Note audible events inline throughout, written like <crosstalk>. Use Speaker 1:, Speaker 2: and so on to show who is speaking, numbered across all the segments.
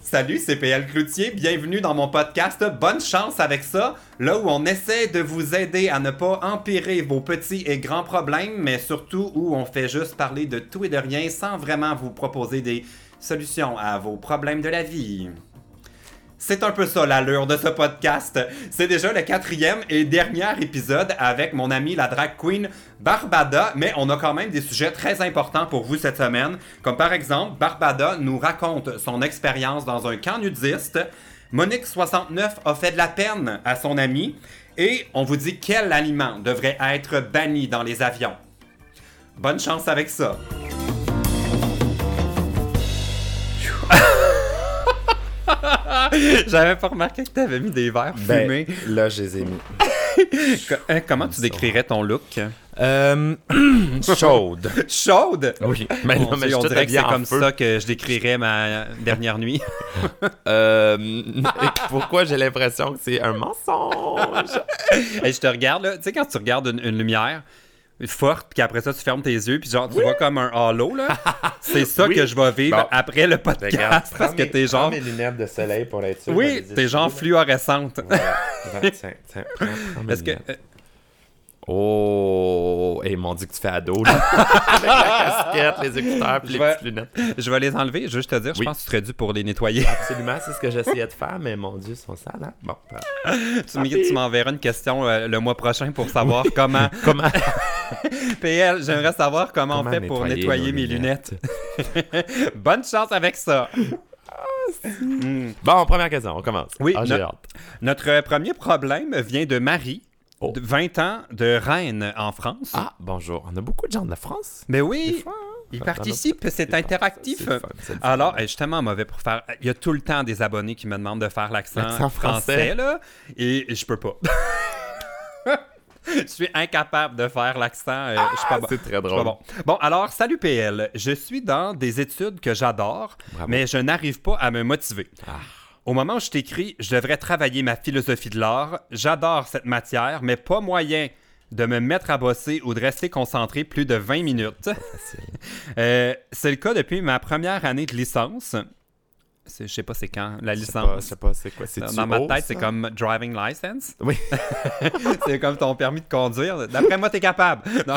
Speaker 1: Salut, c'est PL Cloutier, bienvenue dans mon podcast. Bonne chance avec ça, là où on essaie de vous aider à ne pas empirer vos petits et grands problèmes, mais surtout où on fait juste parler de tout et de rien sans vraiment vous proposer des solutions à vos problèmes de la vie. C'est un peu ça l'allure de ce podcast. C'est déjà le quatrième et dernier épisode avec mon amie la drag queen Barbada, mais on a quand même des sujets très importants pour vous cette semaine, comme par exemple Barbada nous raconte son expérience dans un camp nudiste, Monique69 a fait de la peine à son ami, et on vous dit quel aliment devrait être banni dans les avions. Bonne chance avec ça. <laughs> J'avais pas remarqué que t'avais mis des verres
Speaker 2: Ben,
Speaker 1: fumés.
Speaker 2: là, je les ai mis.
Speaker 1: Co- hein, comment tu décrirais ton look?
Speaker 3: <clears throat> <laughs>
Speaker 2: Euh, chaude.
Speaker 1: Chaude!
Speaker 2: Oui,
Speaker 1: Mais
Speaker 3: non, mais je
Speaker 1: on
Speaker 3: suis tout
Speaker 1: dirait que c'est
Speaker 3: habillé en
Speaker 1: comme
Speaker 3: feu.
Speaker 1: ça que je décrirais ma dernière nuit.
Speaker 3: Euh, pourquoi j'ai l'impression que c'est un mensonge?
Speaker 1: Et je te regarde, là. Tu sais, quand tu regardes une, une lumière forte, puis après ça, tu fermes tes yeux, puis genre, tu vois comme un halo, là.
Speaker 3: <laughs>
Speaker 1: C'est ça
Speaker 3: Oui.
Speaker 1: que je vais vivre
Speaker 3: Bon.
Speaker 1: après le
Speaker 3: Ben,
Speaker 1: podcast. parce que t'es genre.
Speaker 3: lunettes de soleil pour être sûr.
Speaker 1: Oui, t'es genre fluorescente. <laughs>
Speaker 3: tiens, tiens, prends, prends mes
Speaker 1: Est-ce que. euh,
Speaker 3: lunettes. Oh, et ils m'ont dit que tu fais ado, <laughs> là. Avec la casquette, les écouteurs,
Speaker 1: Je
Speaker 3: puis les
Speaker 1: vais-
Speaker 3: petites lunettes.
Speaker 1: Je vais les enlever, je veux juste te dire, je
Speaker 3: Oui.
Speaker 1: pense que tu serais dû pour les nettoyer. <laughs>
Speaker 3: Absolument, c'est ce que j'essayais de faire, mais mon Dieu, ils sont sales, hein? Bon, euh,
Speaker 1: tu m'y- tu m'enverras une question euh, le mois prochain pour savoir comment.
Speaker 3: comment...
Speaker 1: PL, j'aimerais savoir comment, on
Speaker 3: Comment
Speaker 1: fait pour nettoyer
Speaker 3: nettoyer nos
Speaker 1: mes lunettes. Bonne chance avec ça.
Speaker 3: Bon, première question, on commence.
Speaker 1: Oui,
Speaker 3: Ah, j'ai
Speaker 1: no-
Speaker 3: hâte.
Speaker 1: Notre premier problème vient de Marie,
Speaker 3: Oh.
Speaker 1: de 20 ans, de Rennes, en France.
Speaker 3: Ah, bonjour. On a beaucoup de gens de la France.
Speaker 1: Mais
Speaker 3: Des
Speaker 1: oui,
Speaker 3: fois, hein?
Speaker 1: il
Speaker 3: Dans
Speaker 1: participe, c'est
Speaker 3: parti-
Speaker 1: interactif.
Speaker 3: c'est le fun, c'est le fun.
Speaker 1: Alors, euh, je suis tellement mauvais pour faire. Il y a tout le temps des abonnés qui me demandent de faire l'accent
Speaker 3: L'accent français.
Speaker 1: français, là, et je peux pas. <laughs> Je suis incapable de faire l'accent. euh, je suis pas bon.
Speaker 3: Ah, C'est très
Speaker 1: Je suis
Speaker 3: drôle.
Speaker 1: pas bon. Bon, alors, salut PL. Je suis dans des études que j'adore,
Speaker 3: Bravo. Ah.
Speaker 1: mais je n'arrive pas à me motiver. Au moment où je t'écris, je devrais travailler ma philosophie de l'art. J'adore cette matière, mais pas moyen de me mettre à bosser ou de rester concentré plus de 20 minutes. Euh, c'est le cas depuis ma première année de licence. C'est- Je sais pas c'est quand, la
Speaker 3: Je sais pas, je
Speaker 1: licence.
Speaker 3: sais pas, c'est quoi? C'est
Speaker 1: Dans ma tête, c'est comme driving license.
Speaker 3: Oui. <laughs>
Speaker 1: <laughs> c'est comme ton permis de conduire. D'après moi, t'es capable. <laughs> Non.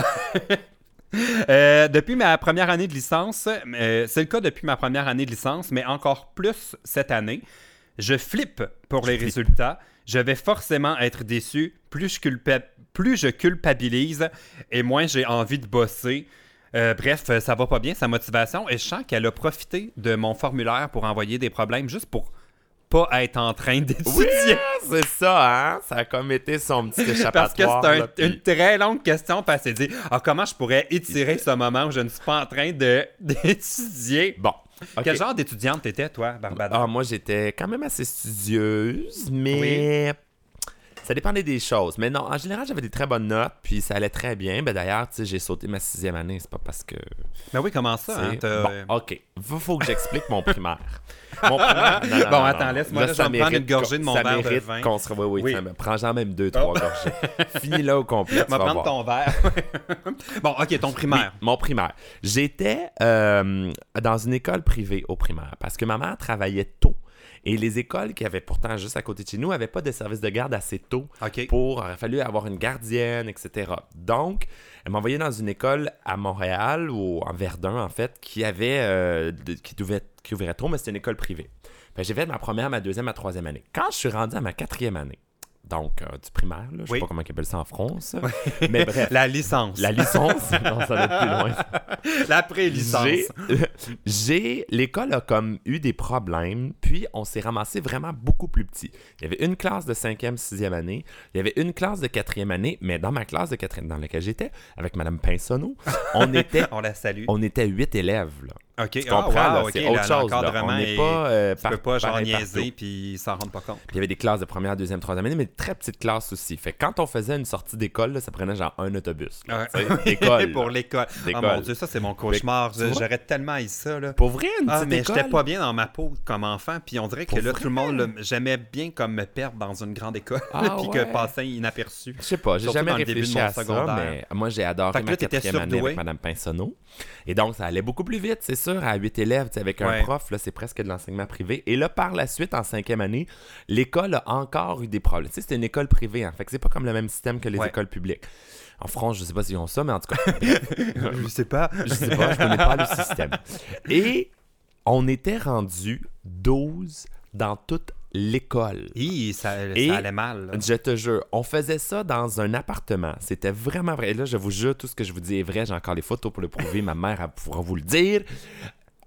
Speaker 1: Euh, depuis ma première année de licence, euh, c'est le cas depuis ma première année de licence, mais encore plus cette année, je flippe pour les résultats. Je vais forcément être déçu. Plus je, culpa- plus je culpabilise et moins j'ai envie de bosser. Euh, bref, euh, ça va pas bien, sa motivation. Et je sens qu'elle a profité de mon formulaire pour envoyer des problèmes juste pour pas être en train <laughs> d'étudier.
Speaker 3: Oui, c'est ça, hein? Ça a comme été son petit
Speaker 1: <laughs> Parce que c'est
Speaker 3: échappatoire.
Speaker 1: un-
Speaker 3: là, puis-
Speaker 1: une très longue question, parce qu'elle s'est dit Ah, comment je pourrais étirer ce moment où je ne suis pas en train de- <laughs> d'étudier
Speaker 3: Bon. ok.
Speaker 1: Quel genre d'étudiante t'étais, toi, Barbada
Speaker 3: Ah, moi, j'étais quand même assez studieuse, mais ça dépendait des choses. Mais non, en général, j'avais des très bonnes notes, puis ça allait très bien. Ben, D'ailleurs, tu sais, j'ai sauté ma sixième année, c'est pas parce que...
Speaker 1: Ben oui, comment ça hein,
Speaker 3: C'est-
Speaker 1: t'as-
Speaker 3: Bon, OK. Faut, faut que j'explique mon primaire.
Speaker 1: <laughs>
Speaker 3: Mon primaire. non, non,
Speaker 1: Bon,
Speaker 3: non,
Speaker 1: attends,
Speaker 3: non.
Speaker 1: laisse-moi, là,
Speaker 3: ça
Speaker 1: je vais me prendre
Speaker 3: mérite
Speaker 1: une gorgée de
Speaker 3: qu'on-
Speaker 1: mon
Speaker 3: ça
Speaker 1: verre de
Speaker 3: mérite
Speaker 1: vin.
Speaker 3: qu'on se revoit. Oui,
Speaker 1: Oui. Oh.
Speaker 3: ça me prend genre même deux, trois
Speaker 1: <laughs>
Speaker 3: gorgées. Finis là au complet. tu
Speaker 1: Va
Speaker 3: vas
Speaker 1: prendre
Speaker 3: voir.
Speaker 1: ton verre. <laughs> bon, ok, ton primaire.
Speaker 3: Oui, mon primaire. J'étais euh, dans une école privée au primaire parce que ma mère travaillait tôt. Et les écoles qui avaient pourtant juste à côté de chez nous n'avaient pas de service de garde assez tôt
Speaker 1: Ok.
Speaker 3: pour. euh, Il aurait fallu avoir une gardienne, etc. Donc, elle m'envoyait dans une école à Montréal ou en Verdun, en fait, qui avait. euh, de- qui, devait, qui ouvrait tôt, mais c'était une école privée. Fait que j'ai fait ma première, ma deuxième, ma troisième année. Quand je suis rendu à ma quatrième année, donc euh, du primaire, là, je sais
Speaker 1: Oui.
Speaker 3: pas comment ils appellent ça en France, mais bref.
Speaker 1: <laughs> La licence.
Speaker 3: La
Speaker 1: La,
Speaker 3: licence, <laughs> non, ça va être plus loin.
Speaker 1: pré-licence.
Speaker 3: J'ai- <laughs> J'ai. L'école a comme eu des problèmes, puis on s'est ramassé vraiment beaucoup plus petit. Il y avait une classe de 5e, 6e année, il y avait une classe de 4e année, mais dans ma classe de 4e, dans laquelle j'étais, avec
Speaker 1: <laughs>
Speaker 3: Mme Pinsonneau, on était.
Speaker 1: On la salue.
Speaker 3: On était huit élèves, là.
Speaker 1: Ok,
Speaker 3: Tu comprends,
Speaker 1: ah,
Speaker 3: là,
Speaker 1: wow, ok,
Speaker 3: c'est autre
Speaker 1: là,
Speaker 3: chose, là.
Speaker 1: l'encadrement
Speaker 3: On n'est
Speaker 1: est-
Speaker 3: pas... euh,
Speaker 1: Tu
Speaker 3: par-
Speaker 1: peux pas genre
Speaker 3: pareil partout.
Speaker 1: niaiser puis s'en rendre pas compte.
Speaker 3: Puis il y avait des classes de première, deuxième, troisième année, mais des très petites classes aussi. Fait que quand on faisait une sortie d'école, là, ça prenait genre un autobus. là,
Speaker 1: Ouais.
Speaker 3: tu sais,
Speaker 1: <laughs>
Speaker 3: d'école,
Speaker 1: pour
Speaker 3: là.
Speaker 1: l'école. Ah
Speaker 3: D'école.
Speaker 1: mon dieu, ça c'est mon cauchemar.
Speaker 3: tu vois?
Speaker 1: J'aurais tellement eu ça là.
Speaker 3: Pour vrai, une
Speaker 1: Ah,
Speaker 3: petite
Speaker 1: mais
Speaker 3: école.
Speaker 1: j'étais pas bien dans ma peau comme enfant, puis on dirait que
Speaker 3: Pour
Speaker 1: là,
Speaker 3: vrai?
Speaker 1: tout le monde, le- j'aimait bien comme me perdre dans une grande école, <laughs>
Speaker 3: Ah
Speaker 1: puis
Speaker 3: ouais.
Speaker 1: que passer inaperçu.
Speaker 3: Je sais pas, j'ai
Speaker 1: Surtout
Speaker 3: jamais
Speaker 1: dans le début
Speaker 3: réfléchi
Speaker 1: de mon
Speaker 3: à ça,
Speaker 1: secondaire.
Speaker 3: mais moi j'ai adoré
Speaker 1: Fait que
Speaker 3: ma
Speaker 1: là, t'étais
Speaker 3: quatrième année
Speaker 1: surdoué.
Speaker 3: avec Mme Pinsonneau. Et donc, ça allait beaucoup plus vite, c'est ça. censure à huit élèves tu sais, avec
Speaker 1: Ouais.
Speaker 3: un prof, là, c'est presque de l'enseignement privé. Et là, par la suite, en cinquième année, l'école a encore eu des problèmes. Tu sais, c'est une école privée, hein, fait que c'est pas comme le même système que les
Speaker 1: Ouais.
Speaker 3: écoles publiques. En France, je sais pas s'ils ont ça, mais en tout cas,
Speaker 2: Je sais pas.
Speaker 3: <laughs> je sais pas, je connais pas le système. Et on était rendu 12 dans toute l'école.
Speaker 1: Hi, ça, ça
Speaker 3: Et-
Speaker 1: allait mal. là.
Speaker 3: Je te jure, on faisait ça dans un appartement. C'était vraiment vrai. Et là, je vous jure, tout ce que je vous dis est vrai. J'ai encore les photos pour le prouver. Ma mère elle pourra vous le dire.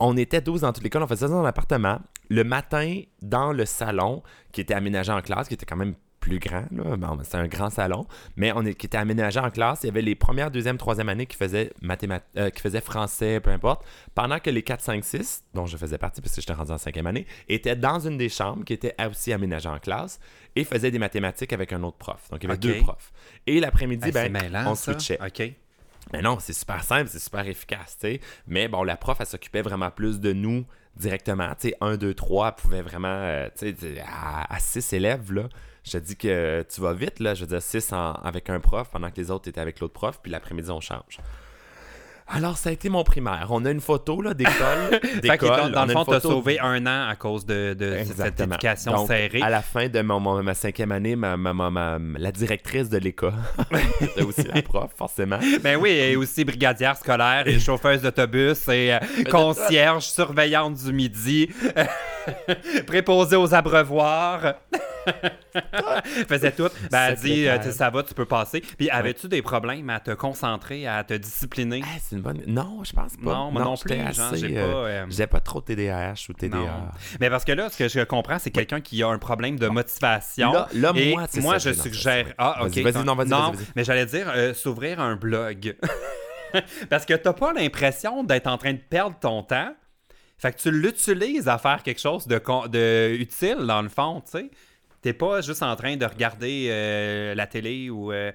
Speaker 3: On était 12 dans toute l'école. On faisait ça dans un appartement. Le matin, dans le salon qui était aménagé en classe, qui était quand même plus grand. là. Bon, c'est un grand salon. Mais on est, qui était aménagé en classe. Il y avait les premières, deuxième, troisième années qui faisaient, mathémat- euh, qui faisaient français, peu importe. Pendant que les 4, 5, 6, dont je faisais partie parce que j'étais rendu en cinquième année, étaient dans une des chambres qui était aussi aménagée en classe et faisaient des mathématiques avec un autre prof. Donc, il y avait
Speaker 1: Ok.
Speaker 3: deux profs. Et l'après-midi,
Speaker 1: Hey, c'est
Speaker 3: ben,
Speaker 1: mêlant,
Speaker 3: on
Speaker 1: ça.
Speaker 3: switchait.
Speaker 1: OK.
Speaker 3: Mais non, c'est super simple, c'est super efficace, tu sais. Mais bon, la prof, elle s'occupait vraiment plus de nous directement. Tu sais, 1, 2, 3, elle pouvait vraiment, euh, tu sais, tu- à, à six élèves, là, je te dis que tu vas vite, là. Je veux dire, 6 avec un prof pendant que les autres étaient avec l'autre prof, puis l'après-midi, on change. Alors, ça a été mon primaire. On a une photo, là, d'école.
Speaker 1: <laughs> Fait que,
Speaker 3: d'école.
Speaker 1: dans,
Speaker 3: On
Speaker 1: dans
Speaker 3: a
Speaker 1: le
Speaker 3: une
Speaker 1: fond, t'as
Speaker 3: photo
Speaker 1: sauvé un an à cause de, de cette
Speaker 3: Exactement.
Speaker 1: éducation
Speaker 3: Donc,
Speaker 1: serrée.
Speaker 3: À la fin de mon, mon- ma cinquième année, ma, ma- ma- ma- la directrice de l'école, <laughs> c'était aussi la prof, forcément.
Speaker 1: Ben oui, et aussi brigadière scolaire et chauffeuse d'autobus et euh, concierge, surveillante du midi, euh, <laughs> préposée aux abreuvoirs. <laughs> Faisait tout. Ben, elle dit, euh,
Speaker 3: Secrétaire.
Speaker 1: ça va, tu peux passer. Puis, avais-tu des problèmes à te concentrer, à te discipliner?
Speaker 3: Ah, c'est une bonne. Non, je pense pas.
Speaker 1: Non, moi non plus,
Speaker 3: j'étais
Speaker 1: genre,
Speaker 3: assez,
Speaker 1: j'ai
Speaker 3: euh,
Speaker 1: pas, euh,
Speaker 3: j'avais pas trop TDAH ou TDA.
Speaker 1: Non. Mais parce que là, ce que je comprends, c'est quelqu'un qui a un problème de motivation.
Speaker 3: Là- là,
Speaker 1: et
Speaker 3: moi, c'est ça
Speaker 1: moi
Speaker 3: que
Speaker 1: je
Speaker 3: j'ai dans
Speaker 1: suggère.
Speaker 3: ça, c'est
Speaker 1: Ah, ok.
Speaker 3: Vas-y, vas-y, non, vas-y, vas-y, vas-y.
Speaker 1: mais j'allais dire euh, s'ouvrir un blog. <laughs> parce que t'as pas l'impression d'être en train de perdre ton temps. Fait que tu l'utilises à faire quelque chose de, con- de utile, dans le fond, tu sais. T'es pas juste en train de regarder euh, la télé ou euh,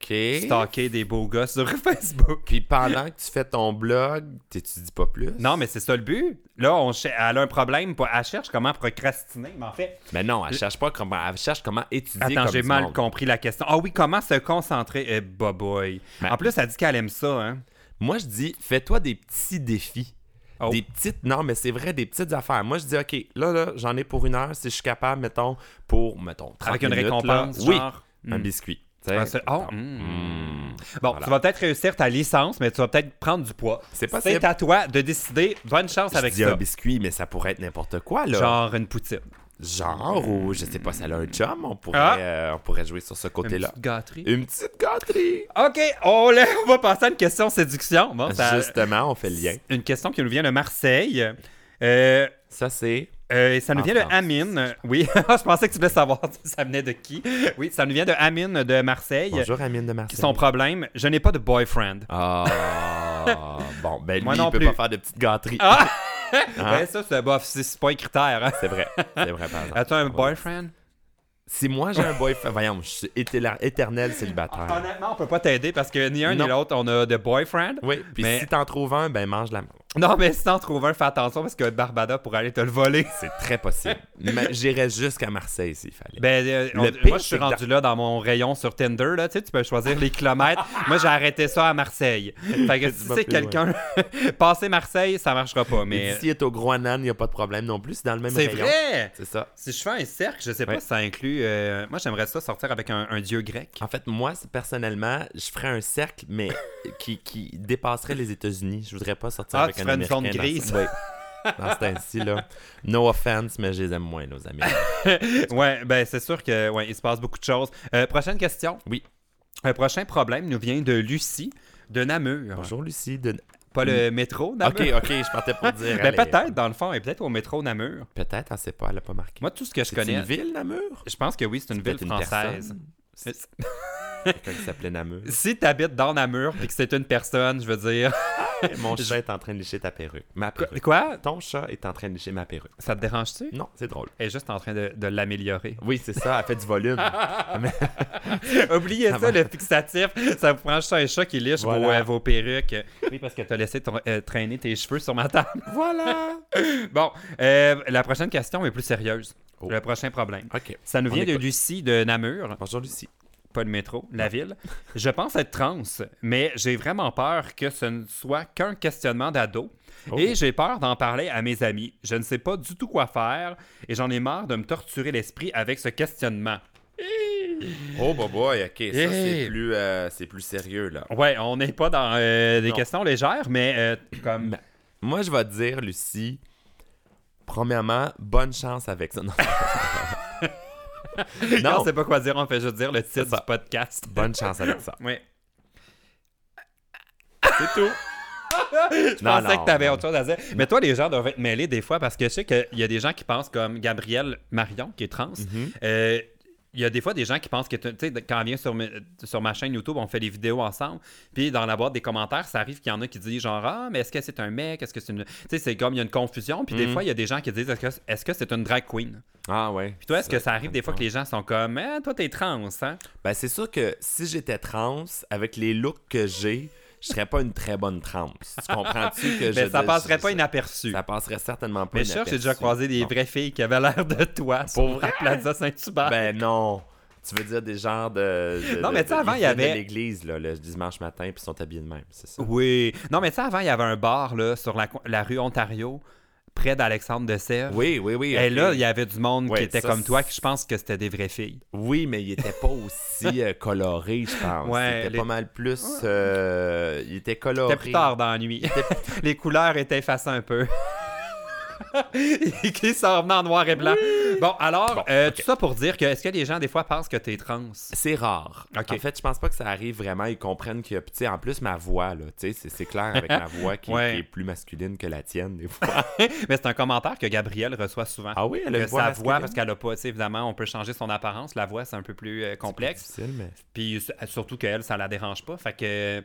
Speaker 3: Ok.
Speaker 1: stalker des beaux gosses sur <laughs> Facebook.
Speaker 3: Puis pendant que tu fais ton blog, t'étudies pas plus.
Speaker 1: Non, mais c'est ça le but. Là, on cher- elle a un problème. pour- Elle cherche comment procrastiner. Mais en fait,
Speaker 3: Mais non, elle cherche pas comment. Elle cherche comment étudier.
Speaker 1: Attends,
Speaker 3: comme
Speaker 1: j'ai
Speaker 3: du
Speaker 1: mal
Speaker 3: monde.
Speaker 1: compris la question. Ah oui, comment se concentrer? Eh, bah boy.
Speaker 3: Ben-
Speaker 1: En plus, elle dit qu'elle aime ça, hein?
Speaker 3: Moi, je dis, fais-toi des petits défis.
Speaker 1: Oh.
Speaker 3: Des petites. Non, mais c'est vrai, des petites affaires. Moi, je dis, OK, là, là, j'en ai pour une heure. Si je suis capable, mettons, pour, mettons, 30
Speaker 1: Avec une
Speaker 3: minutes,
Speaker 1: récompense,
Speaker 3: là,
Speaker 1: genre.
Speaker 3: Oui, un biscuit. tu sais.
Speaker 1: Ah, c'est- oh,
Speaker 3: Mm.
Speaker 1: Bon,
Speaker 3: Voilà.
Speaker 1: tu vas peut-être réussir ta licence, mais tu vas peut-être prendre du poids.
Speaker 3: C'est possible.
Speaker 1: C'est à toi de décider. Bonne chance
Speaker 3: Je
Speaker 1: avec
Speaker 3: dis un
Speaker 1: ça.
Speaker 3: biscuit, mais ça pourrait être n'importe quoi, là.
Speaker 1: Genre une poutine.
Speaker 3: genre ou je sais pas, ça a un chum, on pourrait,
Speaker 1: Ah!
Speaker 3: euh, on pourrait jouer sur ce
Speaker 1: Une
Speaker 3: côté-là.
Speaker 1: petite gâterie.
Speaker 3: Une petite gâterie!
Speaker 1: OK, on, l'a- <laughs> on va passer à une question séduction. Bon, ça-
Speaker 3: Justement, on fait le lien.
Speaker 1: Une question qui nous vient de Marseille. Euh,
Speaker 3: Ça, Ah, c'est.
Speaker 1: Euh, et ça nous
Speaker 3: En
Speaker 1: vient
Speaker 3: France.
Speaker 1: de Amine. <laughs> Oui, je pensais que tu voulais savoir <laughs> ça venait de qui. Oui, ça nous vient de Amine de Marseille.
Speaker 3: Bonjour, Amine de Marseille.
Speaker 1: Son problème, je n'ai pas de boyfriend.
Speaker 3: Ah! bon, ben lui,
Speaker 1: Moi non
Speaker 3: il peut
Speaker 1: plus.
Speaker 3: pas faire de petite gâterie.
Speaker 1: Ah!
Speaker 3: Hein?
Speaker 1: Ben, ça, c'est bof, c'est c'est pas un critère.
Speaker 3: <laughs>
Speaker 1: hein.
Speaker 3: C'est vrai. C'est
Speaker 1: <laughs>
Speaker 3: vrai, par exemple.
Speaker 1: As-tu un
Speaker 3: Ouais.
Speaker 1: boyfriend?
Speaker 3: Si moi j'ai un boyfriend, voyons, je suis étela- éternel célibataire.
Speaker 1: Honnêtement, on peut pas t'aider parce que ni un
Speaker 3: Non.
Speaker 1: ni l'autre, on a de boyfriend.
Speaker 3: Oui, puis
Speaker 1: Mais-
Speaker 3: si t'en trouves un, ben mange la main.
Speaker 1: Non, mais si t'en trouves un, fais attention parce que Barbada pourrait aller te le voler.
Speaker 3: C'est très possible. Mais j'irais jusqu'à Marseille s'il
Speaker 1: <laughs>
Speaker 3: fallait.
Speaker 1: Ben, euh, on-
Speaker 3: Le pire,
Speaker 1: moi, je suis
Speaker 3: c'est que
Speaker 1: rendu là dans mon rayon sur Tinder. Là, tu, sais, tu peux choisir les
Speaker 3: <laughs>
Speaker 1: kilomètres. moi, j'ai arrêté ça à Marseille. Fait que si
Speaker 3: vas
Speaker 1: c'est
Speaker 3: plus loin.
Speaker 1: quelqu'un... <laughs> Passer Marseille, ça marchera pas, mais...
Speaker 3: Mais s'il est au Groenland, il n'y a pas de problème non plus, c'est dans le même
Speaker 1: C'est
Speaker 3: rayon.
Speaker 1: vrai!
Speaker 3: C'est ça.
Speaker 1: Si je fais un cercle, je sais pas
Speaker 3: Ouais.
Speaker 1: si ça inclut. euh, moi, j'aimerais ça sortir avec un, un dieu grec.
Speaker 3: <laughs> En fait, moi, c'est- personnellement, je ferais un cercle,
Speaker 1: <laughs>
Speaker 3: mais qui, qui dépasserait les États-Unis. Je voudrais pas sortir
Speaker 1: Ah,
Speaker 3: avec
Speaker 1: tu
Speaker 3: un
Speaker 1: ferais une zone
Speaker 3: Américain dans
Speaker 1: grise. <laughs>
Speaker 3: ce- Oui. Dans ce temps-ci, là. No offense, mais je les aime moins, nos amis.
Speaker 1: Ah. Ouais, ben c'est sûr que ouais, il se passe beaucoup de choses. Euh, prochaine question.
Speaker 3: Oui.
Speaker 1: Un prochain problème nous vient de Lucie de Namur.
Speaker 3: Bonjour, Lucie. de-
Speaker 1: Pas le métro Namur.
Speaker 3: Ok, ok, je partais pour dire.
Speaker 1: <laughs> Ben,
Speaker 3: allez.
Speaker 1: peut-être dans le fond, et peut-être au métro Namur.
Speaker 3: Peut-être, on sait pas, elle a pas marqué.
Speaker 1: Moi, tout ce que je
Speaker 3: C'est
Speaker 1: connais, hein?
Speaker 3: une ville,
Speaker 1: <laughs>
Speaker 3: Namur?
Speaker 1: je pense que oui, c'est une ville
Speaker 3: Peut-être une
Speaker 1: française. Euh,
Speaker 3: personne? Quelqu'un qui
Speaker 1: <laughs>
Speaker 3: s'appelait Namur.
Speaker 1: si t'habites dans Namur et que c'est une personne, je veux
Speaker 3: <laughs>
Speaker 1: dire.
Speaker 3: Mon chat est en train de lécher ta perruque. Ma perruque.
Speaker 1: Quoi?
Speaker 3: Ton chat est en train de lécher ma perruque.
Speaker 1: Ça te dérange-tu?
Speaker 3: Non,
Speaker 1: <laughs>
Speaker 3: c'est drôle.
Speaker 1: Elle est juste en train de, de l'améliorer.
Speaker 3: Oui, c'est ça, elle fait
Speaker 1: <laughs>
Speaker 3: du volume.
Speaker 1: Oubliez ça, le fixatif. Ça vous prend juste un chat qui liche vos,
Speaker 3: Voilà.
Speaker 1: euh, vos perruques. Oui, parce que t'as laissé ton- euh, traîner tes cheveux sur ma table. <laughs>
Speaker 3: voilà!
Speaker 1: Bon, euh, la prochaine question est plus sérieuse.
Speaker 3: Oh.
Speaker 1: Le prochain problème.
Speaker 3: Ok.
Speaker 1: Ça nous
Speaker 3: On
Speaker 1: vient de
Speaker 3: écoute.
Speaker 1: Lucie de Namur,
Speaker 3: Bonjour, Lucie.
Speaker 1: pas le métro, la ville. Je pense être trans, mais j'ai vraiment peur que ce ne soit qu'un questionnement d'ado
Speaker 3: Oh.
Speaker 1: Et j'ai peur d'en parler à mes amis. Je ne sais pas du tout quoi faire et j'en ai marre de me torturer l'esprit avec ce questionnement.
Speaker 3: Oh, bah, boy, ok. Ça, c'est
Speaker 1: Hey.
Speaker 3: plus, euh, c'est plus sérieux, là.
Speaker 1: Ouais, on n'est pas dans euh, des
Speaker 3: Non.
Speaker 1: questions légères, mais euh, comme.
Speaker 3: Moi, je vais te dire, Lucie, premièrement, bonne chance avec ça. <laughs> Non,
Speaker 1: Non,
Speaker 3: Non.
Speaker 1: on sait pas quoi dire, on fait juste dire le titre
Speaker 3: C'est ça.
Speaker 1: du podcast.
Speaker 3: bonne chance avec ça.
Speaker 1: <laughs> Oui. C'est tout. Je
Speaker 3: Non,
Speaker 1: pensais
Speaker 3: non,
Speaker 1: que t'avais
Speaker 3: non.
Speaker 1: autre chose à dire. Mais toi, les gens doivent être mêlés des fois parce que je sais qu'il y a des gens qui pensent comme Gabrielle Marion, qui est trans.
Speaker 3: Mm. Mhm.
Speaker 1: Euh, il y a des fois des gens qui pensent que, tu sais, quand on vient sur, me- sur ma chaîne YouTube, on fait des vidéos ensemble. Puis dans la boîte des commentaires, ça arrive qu'il y en a qui disent genre, ah, mais est-ce que c'est un mec? Est-ce que c'est une. Tu sais, c'est comme il y a une confusion. Puis des
Speaker 3: Mhm.
Speaker 1: fois, il y a des gens qui disent, est-ce que est-ce que c'est une drag queen?
Speaker 3: Ah, ouais.
Speaker 1: Puis toi, est-ce que ça arrive des fois que les gens sont comme, ah, toi, t'es trans, hein?
Speaker 3: Ben, c'est sûr que si j'étais trans, avec les looks que j'ai, je serais pas une très bonne trans. Tu comprends-tu que
Speaker 1: <laughs>
Speaker 3: je.
Speaker 1: Mais ça
Speaker 3: je-
Speaker 1: passerait pas
Speaker 3: je-
Speaker 1: inaperçu.
Speaker 3: Ça passerait certainement pas
Speaker 1: Mais je suis sûr que j'ai déjà
Speaker 3: inaperçu.
Speaker 1: croisé des
Speaker 3: Non.
Speaker 1: vraies filles qui avaient l'air de toi
Speaker 3: Pour
Speaker 1: sur la Plaza Saint-Hubert.
Speaker 3: Ben non. Tu veux dire des genres de. de-
Speaker 1: Non,
Speaker 3: de-
Speaker 1: mais tu sais,
Speaker 3: de-
Speaker 1: avant, il
Speaker 3: ils
Speaker 1: y
Speaker 3: viennent de
Speaker 1: avait-
Speaker 3: l'église, là, le dimanche matin, puis ils sont habillés de même, c'est ça?
Speaker 1: oui. Non, mais tu sais, avant, il y avait un bar là, sur la, co- la rue Ontario, près d'Alexandre de Sèvres.
Speaker 3: Oui, oui, oui.
Speaker 1: Et
Speaker 3: ok.
Speaker 1: Eh, là, il y avait du monde qui
Speaker 3: Ouais,
Speaker 1: était
Speaker 3: ça,
Speaker 1: comme toi,
Speaker 3: c'est-
Speaker 1: qui je pense que c'était des vraies filles.
Speaker 3: Oui, mais il était pas aussi euh, coloré, je pense.
Speaker 1: Ouais,
Speaker 3: il était
Speaker 1: les-
Speaker 3: pas mal plus. euh, il était coloré.
Speaker 1: C'était plus tard dans la nuit. <laughs> Les couleurs étaient effacées un peu. <laughs> qui s'en revenait en noir et blanc. Bon, alors,
Speaker 3: Bon,
Speaker 1: euh,
Speaker 3: ok.
Speaker 1: tout ça pour dire que est-ce que les gens, des fois, pensent que t'es trans?
Speaker 3: C'est rare.
Speaker 1: Ok.
Speaker 3: En fait, je pense pas que ça arrive vraiment. Ils comprennent que, tu sais, en plus, ma voix, là, tu sais, c'est- c'est clair avec
Speaker 1: <laughs>
Speaker 3: ma voix qui,
Speaker 1: Ouais.
Speaker 3: qui est plus masculine que la tienne, des fois.
Speaker 1: Mais c'est un commentaire que Gabrielle reçoit souvent.
Speaker 3: Ah oui, elle a
Speaker 1: que
Speaker 3: une voix
Speaker 1: sa voix,
Speaker 3: masculine?
Speaker 1: parce qu'elle a pas, tu sais, évidemment, on peut changer son apparence. La voix, c'est un peu plus euh, complexe.
Speaker 3: C'est difficile, mais.
Speaker 1: Puis s- surtout qu'elle, ça la dérange pas. Fait que,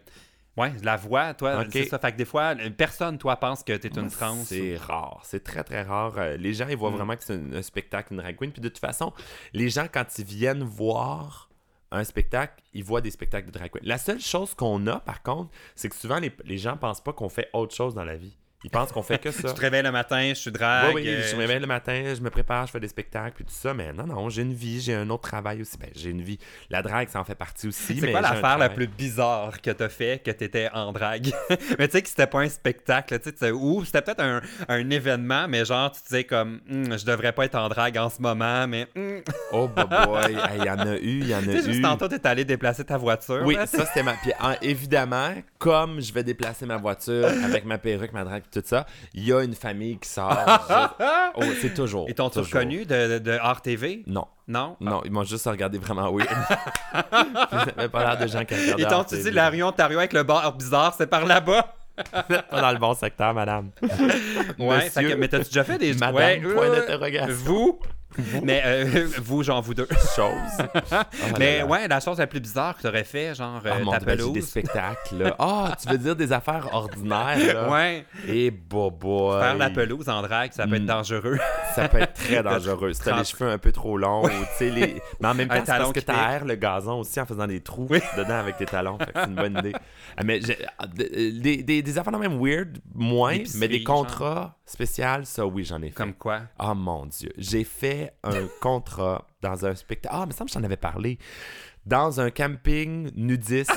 Speaker 1: ouais, la voix, toi,
Speaker 3: Ok. Ah,
Speaker 1: c'est ça. Fait que des fois, euh, personne, toi, pense que t'es une Mm. trans.
Speaker 3: C'est rare, c'est très très rare. Euh, Les gens, ils voient vraiment que c'est un, un spectacle, une drag queen. Puis de toute façon, les gens, quand ils viennent voir un spectacle, ils voient des spectacles de drag queen. La seule chose qu'on a, par contre, c'est que souvent, les, les gens pensent pas qu'on fait autre chose dans la vie. Ils pensent qu'on fait que ça.
Speaker 1: Tu te réveilles le matin, <laughs> je suis
Speaker 3: Oui,
Speaker 1: drague.
Speaker 3: oui,
Speaker 1: euh,
Speaker 3: je me réveille le matin, je me prépare, je fais des spectacles, puis tout ça. Mais non, non, j'ai une vie, j'ai un autre travail aussi. Ben, j'ai une vie. La drague, ça en fait partie aussi.
Speaker 1: C'est
Speaker 3: mais
Speaker 1: quoi
Speaker 3: j'ai un
Speaker 1: l'affaire la
Speaker 3: travail.
Speaker 1: plus bizarre que t'as fait que t'étais en drague? <laughs> mais tu sais que c'était pas un spectacle, tu sais, tu sais, ou c'était peut-être un, un événement, mais genre tu disais comme Hum, je devrais pas être en drague en ce moment, mais hum.
Speaker 3: Oh, bah, boy, Hey, il y en a eu, il y en a
Speaker 1: tu sais,
Speaker 3: eu.
Speaker 1: juste tantôt t'es allé déplacer ta voiture.
Speaker 3: Oui,
Speaker 1: là,
Speaker 3: ça c'était ma. Puis hein, évidemment, comme je vais déplacer ma voiture avec ma perruque, ma drague, tout ça, il y a une famille qui
Speaker 1: <laughs>
Speaker 3: sort. Oh, c'est toujours.
Speaker 1: Ils t'ont-tu
Speaker 3: toujours.
Speaker 1: reconnu de, de, de RTV?
Speaker 3: Non.
Speaker 1: Non?
Speaker 3: Non, ils m'ont juste regardé vraiment
Speaker 1: <laughs>
Speaker 3: weird. Ils n'avaient pas l'air de gens qui regardaient.
Speaker 1: Ils t'ont-tu
Speaker 3: RTV.
Speaker 1: dit la rue Ontario avec le bar bizarre, c'est par
Speaker 3: <laughs>
Speaker 1: là-bas?
Speaker 3: Pas dans le bon secteur, madame.
Speaker 1: Ouais, fait que,
Speaker 3: Monsieur.
Speaker 1: mais t'as-tu déjà fait des...
Speaker 3: Madame,
Speaker 1: ouais,
Speaker 3: point
Speaker 1: euh,
Speaker 3: d'interrogation.
Speaker 1: Vous? Mais euh, <laughs> vous, genre vous deux.
Speaker 3: Chose.
Speaker 1: <laughs>
Speaker 3: Oh là
Speaker 1: mais
Speaker 3: là.
Speaker 1: ouais, la chose la plus bizarre que t'aurais fait, genre
Speaker 3: Ah,
Speaker 1: euh,
Speaker 3: mon
Speaker 1: ta
Speaker 3: Dieu, ben, j'ai des
Speaker 1: pelouse.
Speaker 3: spectacles. là. Ah, tu veux dire des affaires ordinaires,
Speaker 1: <laughs>
Speaker 3: là? Eh,
Speaker 1: Ouais,
Speaker 3: Et bobo.
Speaker 1: faire la pelouse en drague, ça peut être
Speaker 3: Mm.
Speaker 1: dangereux. <laughs>
Speaker 3: Ça peut être très dangereux. Si t'as les
Speaker 1: Trente-
Speaker 3: cheveux un peu trop longs, ou tu sais, les. Mais en
Speaker 1: <laughs>
Speaker 3: même
Speaker 1: Un
Speaker 3: temps, c'est
Speaker 1: talon
Speaker 3: parce que
Speaker 1: qui pique.
Speaker 3: t'aères le gazon aussi en faisant des trous
Speaker 1: Oui.
Speaker 3: dedans avec tes talons. Fait que c'est une
Speaker 1: <laughs>
Speaker 3: bonne idée. Ah, Mais j'ai- ah, des, des, des, des affaires quand même weird, moins,
Speaker 1: Des
Speaker 3: mais
Speaker 1: pisseries,
Speaker 3: des contrats spéciaux, ça oui, j'en ai fait.
Speaker 1: Comme quoi?
Speaker 3: Oh mon Dieu. J'ai fait
Speaker 1: <laughs>
Speaker 3: un contrat dans un spectacle. Ah, mais ça me semble que je t'en avais parlé. Dans un camping
Speaker 1: <laughs>
Speaker 3: nudiste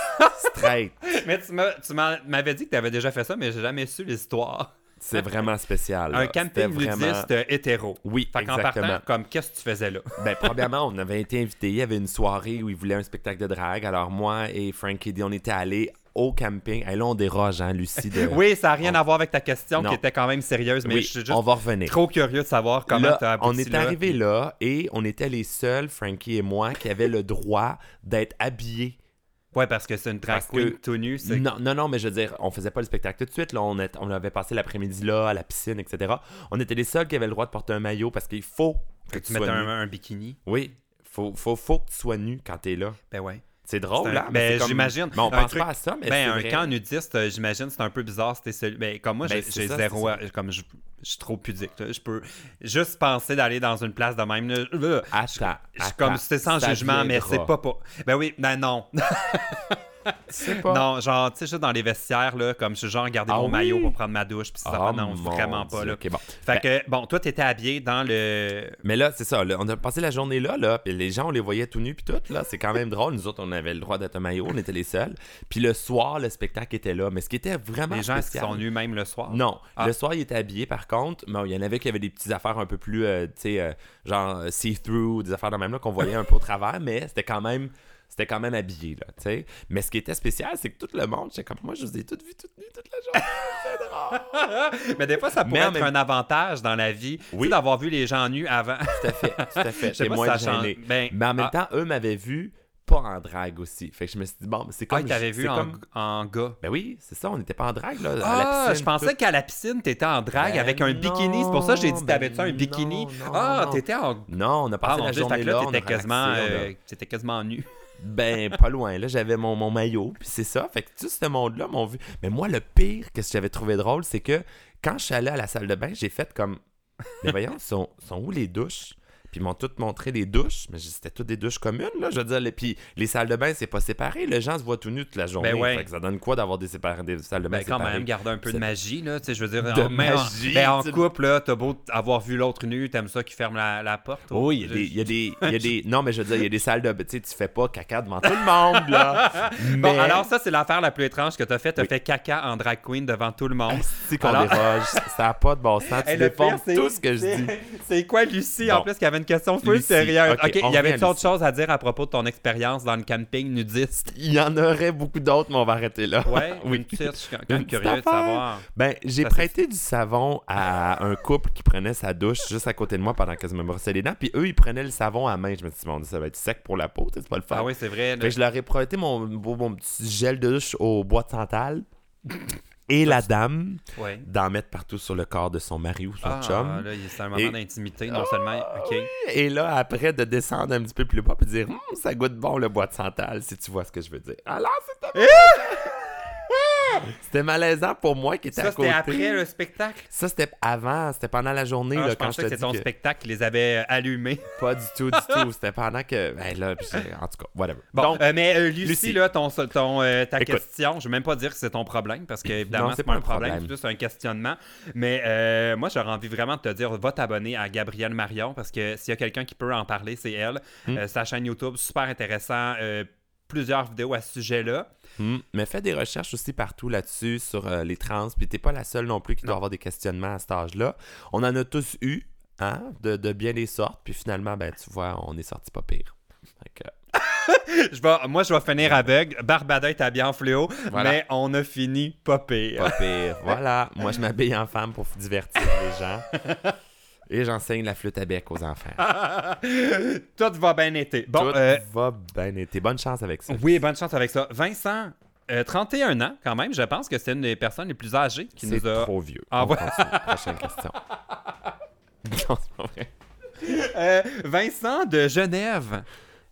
Speaker 3: straight.
Speaker 1: Mais tu m'as- tu m'en- m'avais dit que t'avais déjà fait ça, mais j'ai jamais su l'histoire.
Speaker 3: C'est vraiment spécial. là.
Speaker 1: Un camping
Speaker 3: Ah, C'était vraiment-
Speaker 1: nudiste euh, hétéro.
Speaker 3: Oui,
Speaker 1: Fait qu'en
Speaker 3: exactement.
Speaker 1: partant, comme, qu'est-ce que tu faisais là?
Speaker 3: Ben, premièrement, on avait été invités. Il y avait une soirée où ils voulaient un spectacle de drague. Alors, moi et Frankie D, on était allés au camping. Et là, on déroge, hein, Lucie. De...
Speaker 1: Oui, ça n'a rien à voir avec ta question
Speaker 3: Non.
Speaker 1: qui était quand même sérieuse, mais
Speaker 3: Oui,
Speaker 1: je suis juste
Speaker 3: on va revenir.
Speaker 1: trop curieux de savoir comment
Speaker 3: Là,
Speaker 1: tu as
Speaker 3: on est arrivé là et on était les seuls, Frankie et moi, qui avaient le droit d'être habillés.
Speaker 1: Ouais, parce que c'est une drag
Speaker 3: Parce
Speaker 1: queen
Speaker 3: que-
Speaker 1: tout nu, c'est.
Speaker 3: Non, non, non, mais je veux dire, on faisait pas le spectacle tout de suite. Là, on, est- on avait passé l'après-midi là, à la piscine, etc. On était les seuls qui avaient le droit de porter un maillot parce qu'il faut que,
Speaker 1: Que
Speaker 3: tu
Speaker 1: tu
Speaker 3: sois
Speaker 1: mettais un,
Speaker 3: nu.
Speaker 1: un bikini.
Speaker 3: Oui, faut, faut, faut que tu sois nu quand t'es là.
Speaker 1: Ben ouais.
Speaker 3: C'est drôle,
Speaker 1: C'est un-
Speaker 3: là.
Speaker 1: ben,
Speaker 3: c'est comme-
Speaker 1: j'imagine.
Speaker 3: Mais on
Speaker 1: Un
Speaker 3: pense
Speaker 1: truc-
Speaker 3: pas à ça, mais
Speaker 1: ben,
Speaker 3: c'est
Speaker 1: un
Speaker 3: vrai.
Speaker 1: camp nudiste, euh, j'imagine, c'est un peu bizarre. C'était celui. Ben, comme moi,
Speaker 3: Ben,
Speaker 1: j'ai
Speaker 3: c'est
Speaker 1: j'ai
Speaker 3: ça,
Speaker 1: zéro.
Speaker 3: c'est
Speaker 1: à- Comme je- Je suis trop pudique. là. Je peux juste penser d'aller dans une place de même. là. Euh,
Speaker 3: Attends.
Speaker 1: Je suis comme, c'est sans jugement, mais c'est pas pas. Ben oui, ben non.
Speaker 3: C'est pas.
Speaker 1: <laughs> Non, genre, tu sais, juste dans les vestiaires, là, comme je suis genre garder
Speaker 3: Ah
Speaker 1: mon
Speaker 3: oui?
Speaker 1: maillot pour prendre ma douche, puis ça,
Speaker 3: Ah,
Speaker 1: non,
Speaker 3: mon
Speaker 1: vraiment pas,
Speaker 3: Dieu.
Speaker 1: là.
Speaker 3: Ok, bon. Ben,
Speaker 1: Fait que, bon, toi, t'étais habillé dans le.
Speaker 3: Mais là, c'est ça. là, on a passé la journée là, là, puis les gens, on les voyait tout nus, puis tout, là. C'est quand même drôle. Nous autres, on avait le droit d'être un maillot, on était les seuls. Puis le soir, le spectacle était là. Mais ce qui était vraiment
Speaker 1: Les gens, est-ce qu'ils
Speaker 3: spécial-
Speaker 1: sont nus même le soir?
Speaker 3: Non.
Speaker 1: Ah.
Speaker 3: Le soir, il était habillé, par contre. Mais il y en avait qui avaient des petites affaires un peu plus, euh, tu sais, euh, genre euh, see-through, des affaires de même, là, qu'on voyait un peu au travers, mais c'était quand même. C'était quand même habillé, là, tu sais. Mais ce qui était spécial, c'est que tout le monde, j'étais comme, moi, je vous ai toutes vues toutes nues toute la
Speaker 1: <laughs>
Speaker 3: journée. C'est drôle.
Speaker 1: <laughs> Mais des fois, ça pourrait
Speaker 3: Mais en
Speaker 1: être
Speaker 3: même-
Speaker 1: un avantage dans la vie, tu sais,
Speaker 3: Oui.
Speaker 1: d'avoir vu les gens nus avant.
Speaker 3: Tout à fait, tout à
Speaker 1: Je
Speaker 3: fait.
Speaker 1: sais
Speaker 3: J'étais
Speaker 1: pas
Speaker 3: moins
Speaker 1: si ça
Speaker 3: gêné.
Speaker 1: change. Ben,
Speaker 3: mais en même
Speaker 1: ah.
Speaker 3: temps, eux m'avaient vu pas en drague aussi. Fait que je me suis dit, bon, c'est
Speaker 1: Ah,
Speaker 3: comme...
Speaker 1: ils t'avaient
Speaker 3: c'est
Speaker 1: vu en,
Speaker 3: comme-
Speaker 1: en gars.
Speaker 3: Ben oui, c'est ça, on n'était pas en drague, là, à la
Speaker 1: Ah,
Speaker 3: piscine.
Speaker 1: je pensais qu'à la piscine, t'étais en drague
Speaker 3: Ben
Speaker 1: avec un bikini. C'est pour ça que j'ai dit,
Speaker 3: non,
Speaker 1: t'avais-tu un
Speaker 3: ben
Speaker 1: bikini?
Speaker 3: non, non,
Speaker 1: ah,
Speaker 3: non.
Speaker 1: t'étais en.
Speaker 3: tout. Non, on a
Speaker 1: Ah,
Speaker 3: passé
Speaker 1: mon
Speaker 3: la
Speaker 1: Dieu, fait
Speaker 3: journée
Speaker 1: que là,
Speaker 3: là, on a
Speaker 1: t'étais quasiment,
Speaker 3: relaxé, on a-
Speaker 1: euh, t'étais quasiment nu.
Speaker 3: Ben, pas loin, là, j'avais mon, mon maillot, puis c'est ça. Fait que tout ce monde-là m'ont vu. Mais moi, le pire que j'avais trouvé drôle, c'est que quand je suis allé à la salle de bain, j'ai fait comme... Mais voyons, sont, sont où les douches? Puis ils m'ont toutes montré les douches, mais c'était toutes des douches communes, là, je veux dire. les- Puis les salles de bain, c'est pas séparé. Les gens se voient tout nus toute la journée.
Speaker 1: Ben ouais.
Speaker 3: Fait que ça donne quoi d'avoir des, séparés, des salles de bain
Speaker 1: Ben, quand
Speaker 3: séparées?
Speaker 1: même, garder un peu de
Speaker 3: C'est-
Speaker 1: magie, là. Tu sais, je veux dire,
Speaker 3: De
Speaker 1: en, mais en-
Speaker 3: magie,
Speaker 1: ben, en
Speaker 3: tu-
Speaker 1: couple, là, t'as beau t- avoir vu l'autre nu, t'aimes ça qu'il ferme la, la porte.
Speaker 3: Oh, il y a des- il y a des, il
Speaker 1: <laughs>
Speaker 3: y a des, non mais je veux dire, il y a des salles de, tu sais, tu fais pas caca devant tout le monde là.
Speaker 1: Bon,
Speaker 3: Mais-
Speaker 1: alors ça, c'est l'affaire la plus étrange que t'as fait. T'as
Speaker 3: Oui.
Speaker 1: fait caca en drag queen devant tout le monde.
Speaker 3: C'est qu'on
Speaker 1: Alors-
Speaker 3: déroge, ça a pas de bon sens.
Speaker 1: <laughs>
Speaker 3: Tu
Speaker 1: Hey, le
Speaker 3: déformes
Speaker 1: pire, c'est-
Speaker 3: tout ce que je
Speaker 1: c'est-
Speaker 3: dis.
Speaker 1: <laughs> C'est quoi, Lucie, en
Speaker 3: Bon.
Speaker 1: plus, qui avait une question full
Speaker 3: Lucie,
Speaker 1: sérieuse?
Speaker 3: ok,
Speaker 1: OK,
Speaker 3: on
Speaker 1: il y avait
Speaker 3: revient à
Speaker 1: autre
Speaker 3: Lucie.
Speaker 1: chose à dire à propos de ton expérience dans le camping
Speaker 3: <laughs>
Speaker 1: nudiste?
Speaker 3: Il y en aurait beaucoup d'autres, mais on va arrêter là.
Speaker 1: Ouais,
Speaker 3: <laughs> oui.
Speaker 1: une petite, je suis quand
Speaker 3: Une
Speaker 1: même
Speaker 3: petite
Speaker 1: curieux de
Speaker 3: affaire.
Speaker 1: savoir.
Speaker 3: Ben, j'ai
Speaker 1: Ça, c'est-
Speaker 3: prêté du savon à un couple qui prenait sa douche juste à côté de moi pendant que je me brossais les dents. Puis eux, ils prenaient le savon à main. Je me suis dit, mon Dieu, ça va être sec pour la peau, tu sais, c'est pas le fun.
Speaker 1: Ah oui, c'est vrai.
Speaker 3: Fait que je leur ai prêté mon, beau- mon petit gel de douche au bois de santal.
Speaker 1: <laughs>
Speaker 3: Et la dame
Speaker 1: Ouais.
Speaker 3: d'en mettre partout sur le corps de son mari ou son
Speaker 1: Ah,
Speaker 3: chum.
Speaker 1: là, il- c'est un moment
Speaker 3: Et- Ah!
Speaker 1: d'intimité, non seulement... OK.
Speaker 3: Et là, après, de descendre un petit peu plus bas puis dire Hum, ça goûte bon le bois de santal, si tu vois ce que je veux dire. Alors, c'était malaisant. C'était malaisant pour moi qui était
Speaker 1: Eh! Ça,
Speaker 3: à côté.
Speaker 1: c'était après le spectacle?
Speaker 3: Ça, c'était avant, c'était pendant la journée.
Speaker 1: Ah,
Speaker 3: là,
Speaker 1: je
Speaker 3: quand je
Speaker 1: pensais
Speaker 3: te
Speaker 1: que c'était
Speaker 3: dis
Speaker 1: ton
Speaker 3: que-
Speaker 1: spectacle qui les avait euh, allumés.
Speaker 3: Pas du tout, du tout. C'était pendant que. Ben là, puis j'ai- en tout cas, whatever.
Speaker 1: Bon,
Speaker 3: Donc,
Speaker 1: euh, mais euh, Lucie,
Speaker 3: Lucie.
Speaker 1: là, ton, ton, euh, ta
Speaker 3: Écoute.
Speaker 1: question, je vais même pas dire que c'est ton problème, parce que évidemment,
Speaker 3: Non,
Speaker 1: c'est pas un problème,
Speaker 3: problème.
Speaker 1: c'est juste un questionnement. Mais euh, moi, j'aurais envie vraiment de te dire, va t'abonner à Gabrielle Marion, parce que s'il y a quelqu'un qui peut en parler, c'est elle.
Speaker 3: Hmm.
Speaker 1: Euh, sa chaîne YouTube, super intéressant. euh, plusieurs vidéos à ce sujet-là.
Speaker 3: hum, mais fais des recherches aussi partout là-dessus sur euh, les trans. Puis t'es pas la seule non plus qui doit avoir des questionnements à cet âge-là. On en a tous eu, hein, de, de bien des sortes. Puis finalement, ben tu vois, on est sorti pas pire. Fait que-
Speaker 1: Je vais, moi, je vais finir aveugle. Barbada est habillée en fléau,
Speaker 3: Voilà.
Speaker 1: mais on a fini pas pire.
Speaker 3: Pas pire. voilà. Moi, je m'habille en femme pour divertir les gens. Et j'enseigne la flûte à bec aux enfants.
Speaker 1: Tout va bien été. Ah, Bon,
Speaker 3: Tout
Speaker 1: euh,
Speaker 3: va bien. et T'es bonne chance avec ça.
Speaker 1: Oui, bonne chance avec ça. Vincent, euh, 31 ans quand même, je pense que c'est une des personnes les plus âgées qui
Speaker 3: C'est
Speaker 1: nous a...
Speaker 3: trop vieux.
Speaker 1: Ah,
Speaker 3: On
Speaker 1: ouais.
Speaker 3: continue. Prochaine question. Non, c'est pas vrai.
Speaker 1: <laughs> Euh, Vincent de Genève.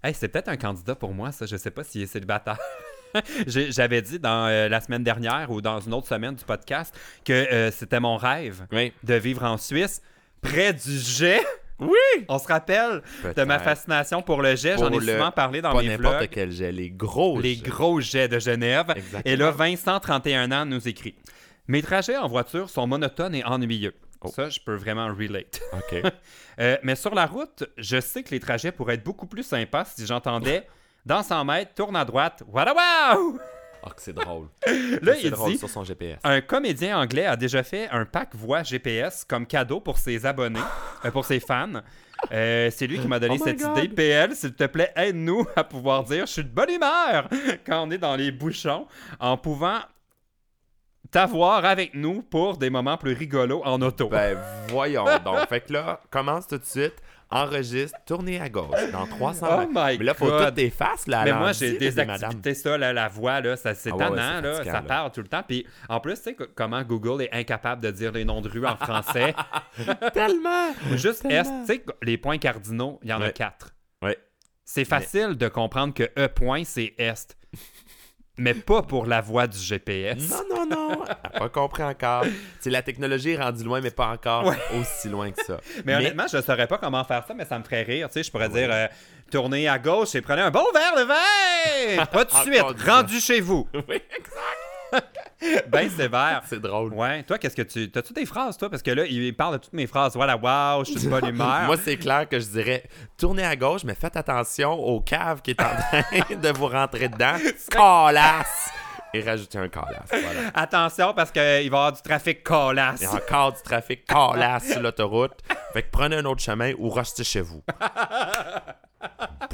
Speaker 1: Hey, c'est peut-être un candidat pour moi, ça. Je sais pas s'il est célibataire. <laughs> J'ai- J'avais dit dans euh, la semaine dernière ou dans une autre semaine du podcast que euh, c'était mon rêve
Speaker 3: Oui.
Speaker 1: de vivre en Suisse, près du jet.
Speaker 3: Oui!
Speaker 1: On se rappelle de ma
Speaker 3: Peut-être.
Speaker 1: fascination pour le jet. J'en ai
Speaker 3: Pour le-
Speaker 1: souvent parlé dans
Speaker 3: Pas
Speaker 1: mes
Speaker 3: n'importe
Speaker 1: vlogs.
Speaker 3: quel jet. Les gros
Speaker 1: les
Speaker 3: jets.
Speaker 1: gros jets de Genève.
Speaker 3: Exactement.
Speaker 1: Et là, Vincent, 31 ans, nous écrit Mes trajets en voiture sont monotones et ennuyeux.
Speaker 3: Oh.
Speaker 1: Ça, je peux vraiment relate.
Speaker 3: OK.
Speaker 1: <laughs> Euh, mais sur la route, je sais que les trajets pourraient être beaucoup plus sympas si
Speaker 3: <laughs>
Speaker 1: j'entendais dans 100 mètres, tourne à droite, voilà wow!
Speaker 3: Oh, que c'est drôle.
Speaker 1: Là,
Speaker 3: C'est
Speaker 1: il
Speaker 3: drôle
Speaker 1: dit
Speaker 3: sur son GPS.
Speaker 1: un comédien anglais a déjà fait un pack voix GPS comme cadeau pour ses
Speaker 3: <gasps>
Speaker 1: abonnés, euh, pour ses fans. Euh, c'est lui qui m'a donné
Speaker 3: Oh my
Speaker 1: cette
Speaker 3: God.
Speaker 1: idée. PL, s'il te plaît, aide-nous à pouvoir dire je suis de bonne humeur <laughs> quand on est dans les bouchons en pouvant t'avoir avec nous pour des moments plus rigolos en auto.
Speaker 3: Ben, voyons donc. Fait que là, commence tout de suite, enregistre, tournez à gauche dans 300
Speaker 1: Oh
Speaker 3: mètres.
Speaker 1: my
Speaker 3: Mais là, faut
Speaker 1: God.
Speaker 3: toutes les faces, là. à
Speaker 1: Mais moi,
Speaker 3: l'envie,
Speaker 1: j'ai
Speaker 3: là, des madames.
Speaker 1: désactivé ça, là, la voix, là, ça, c'est
Speaker 3: Ah ouais, ouais,
Speaker 1: tannant,
Speaker 3: c'est
Speaker 1: là,
Speaker 3: fatigant,
Speaker 1: ça
Speaker 3: là.
Speaker 1: parle tout le temps. Puis en plus, tu sais que- comment Google est incapable de dire les noms de rues en
Speaker 3: <laughs>
Speaker 1: français.
Speaker 3: Tellement!
Speaker 1: Ou juste S,
Speaker 3: Tellement.
Speaker 1: tu sais, les points cardinaux, il y en a
Speaker 3: Ouais.
Speaker 1: quatre.
Speaker 3: Ouais.
Speaker 1: C'est facile de comprendre que E point, c'est Est. mais pas pour la voix du GPS.
Speaker 3: Non, non, non. Elle n'a <laughs> pas compris encore. C'est la technologie est rendue loin, mais pas encore aussi loin que
Speaker 1: <laughs>
Speaker 3: ça.
Speaker 1: Mais, honnêtement, je ne saurais pas comment faire ça, mais ça me ferait rire. Tu sais, je pourrais dire euh, tournez à gauche et prenez un bon verre de
Speaker 3: <laughs>
Speaker 1: vin! Pas de suite,
Speaker 3: Encore du
Speaker 1: rendu chez vous.
Speaker 3: Oui,
Speaker 1: Ben sévère.
Speaker 3: c'est drôle.
Speaker 1: Ouais, toi, qu'est-ce que tu. T'as-tu des phrases, toi? Parce que là, il parle de toutes mes phrases. Voilà, wow, je suis de
Speaker 3: <laughs>
Speaker 1: bonne humeur.
Speaker 3: Moi, c'est clair que je dirais tournez à gauche, mais faites attention au cave qui est en train <laughs> de vous
Speaker 1: <laughs>
Speaker 3: rentrer dedans. Colasse! Et rajoutez un colasse. Voilà.
Speaker 1: Attention, parce qu'il va y avoir du trafic colasse.
Speaker 3: Il y a encore du trafic colasse sur l'autoroute. Fait que prenez un autre chemin ou restez chez vous.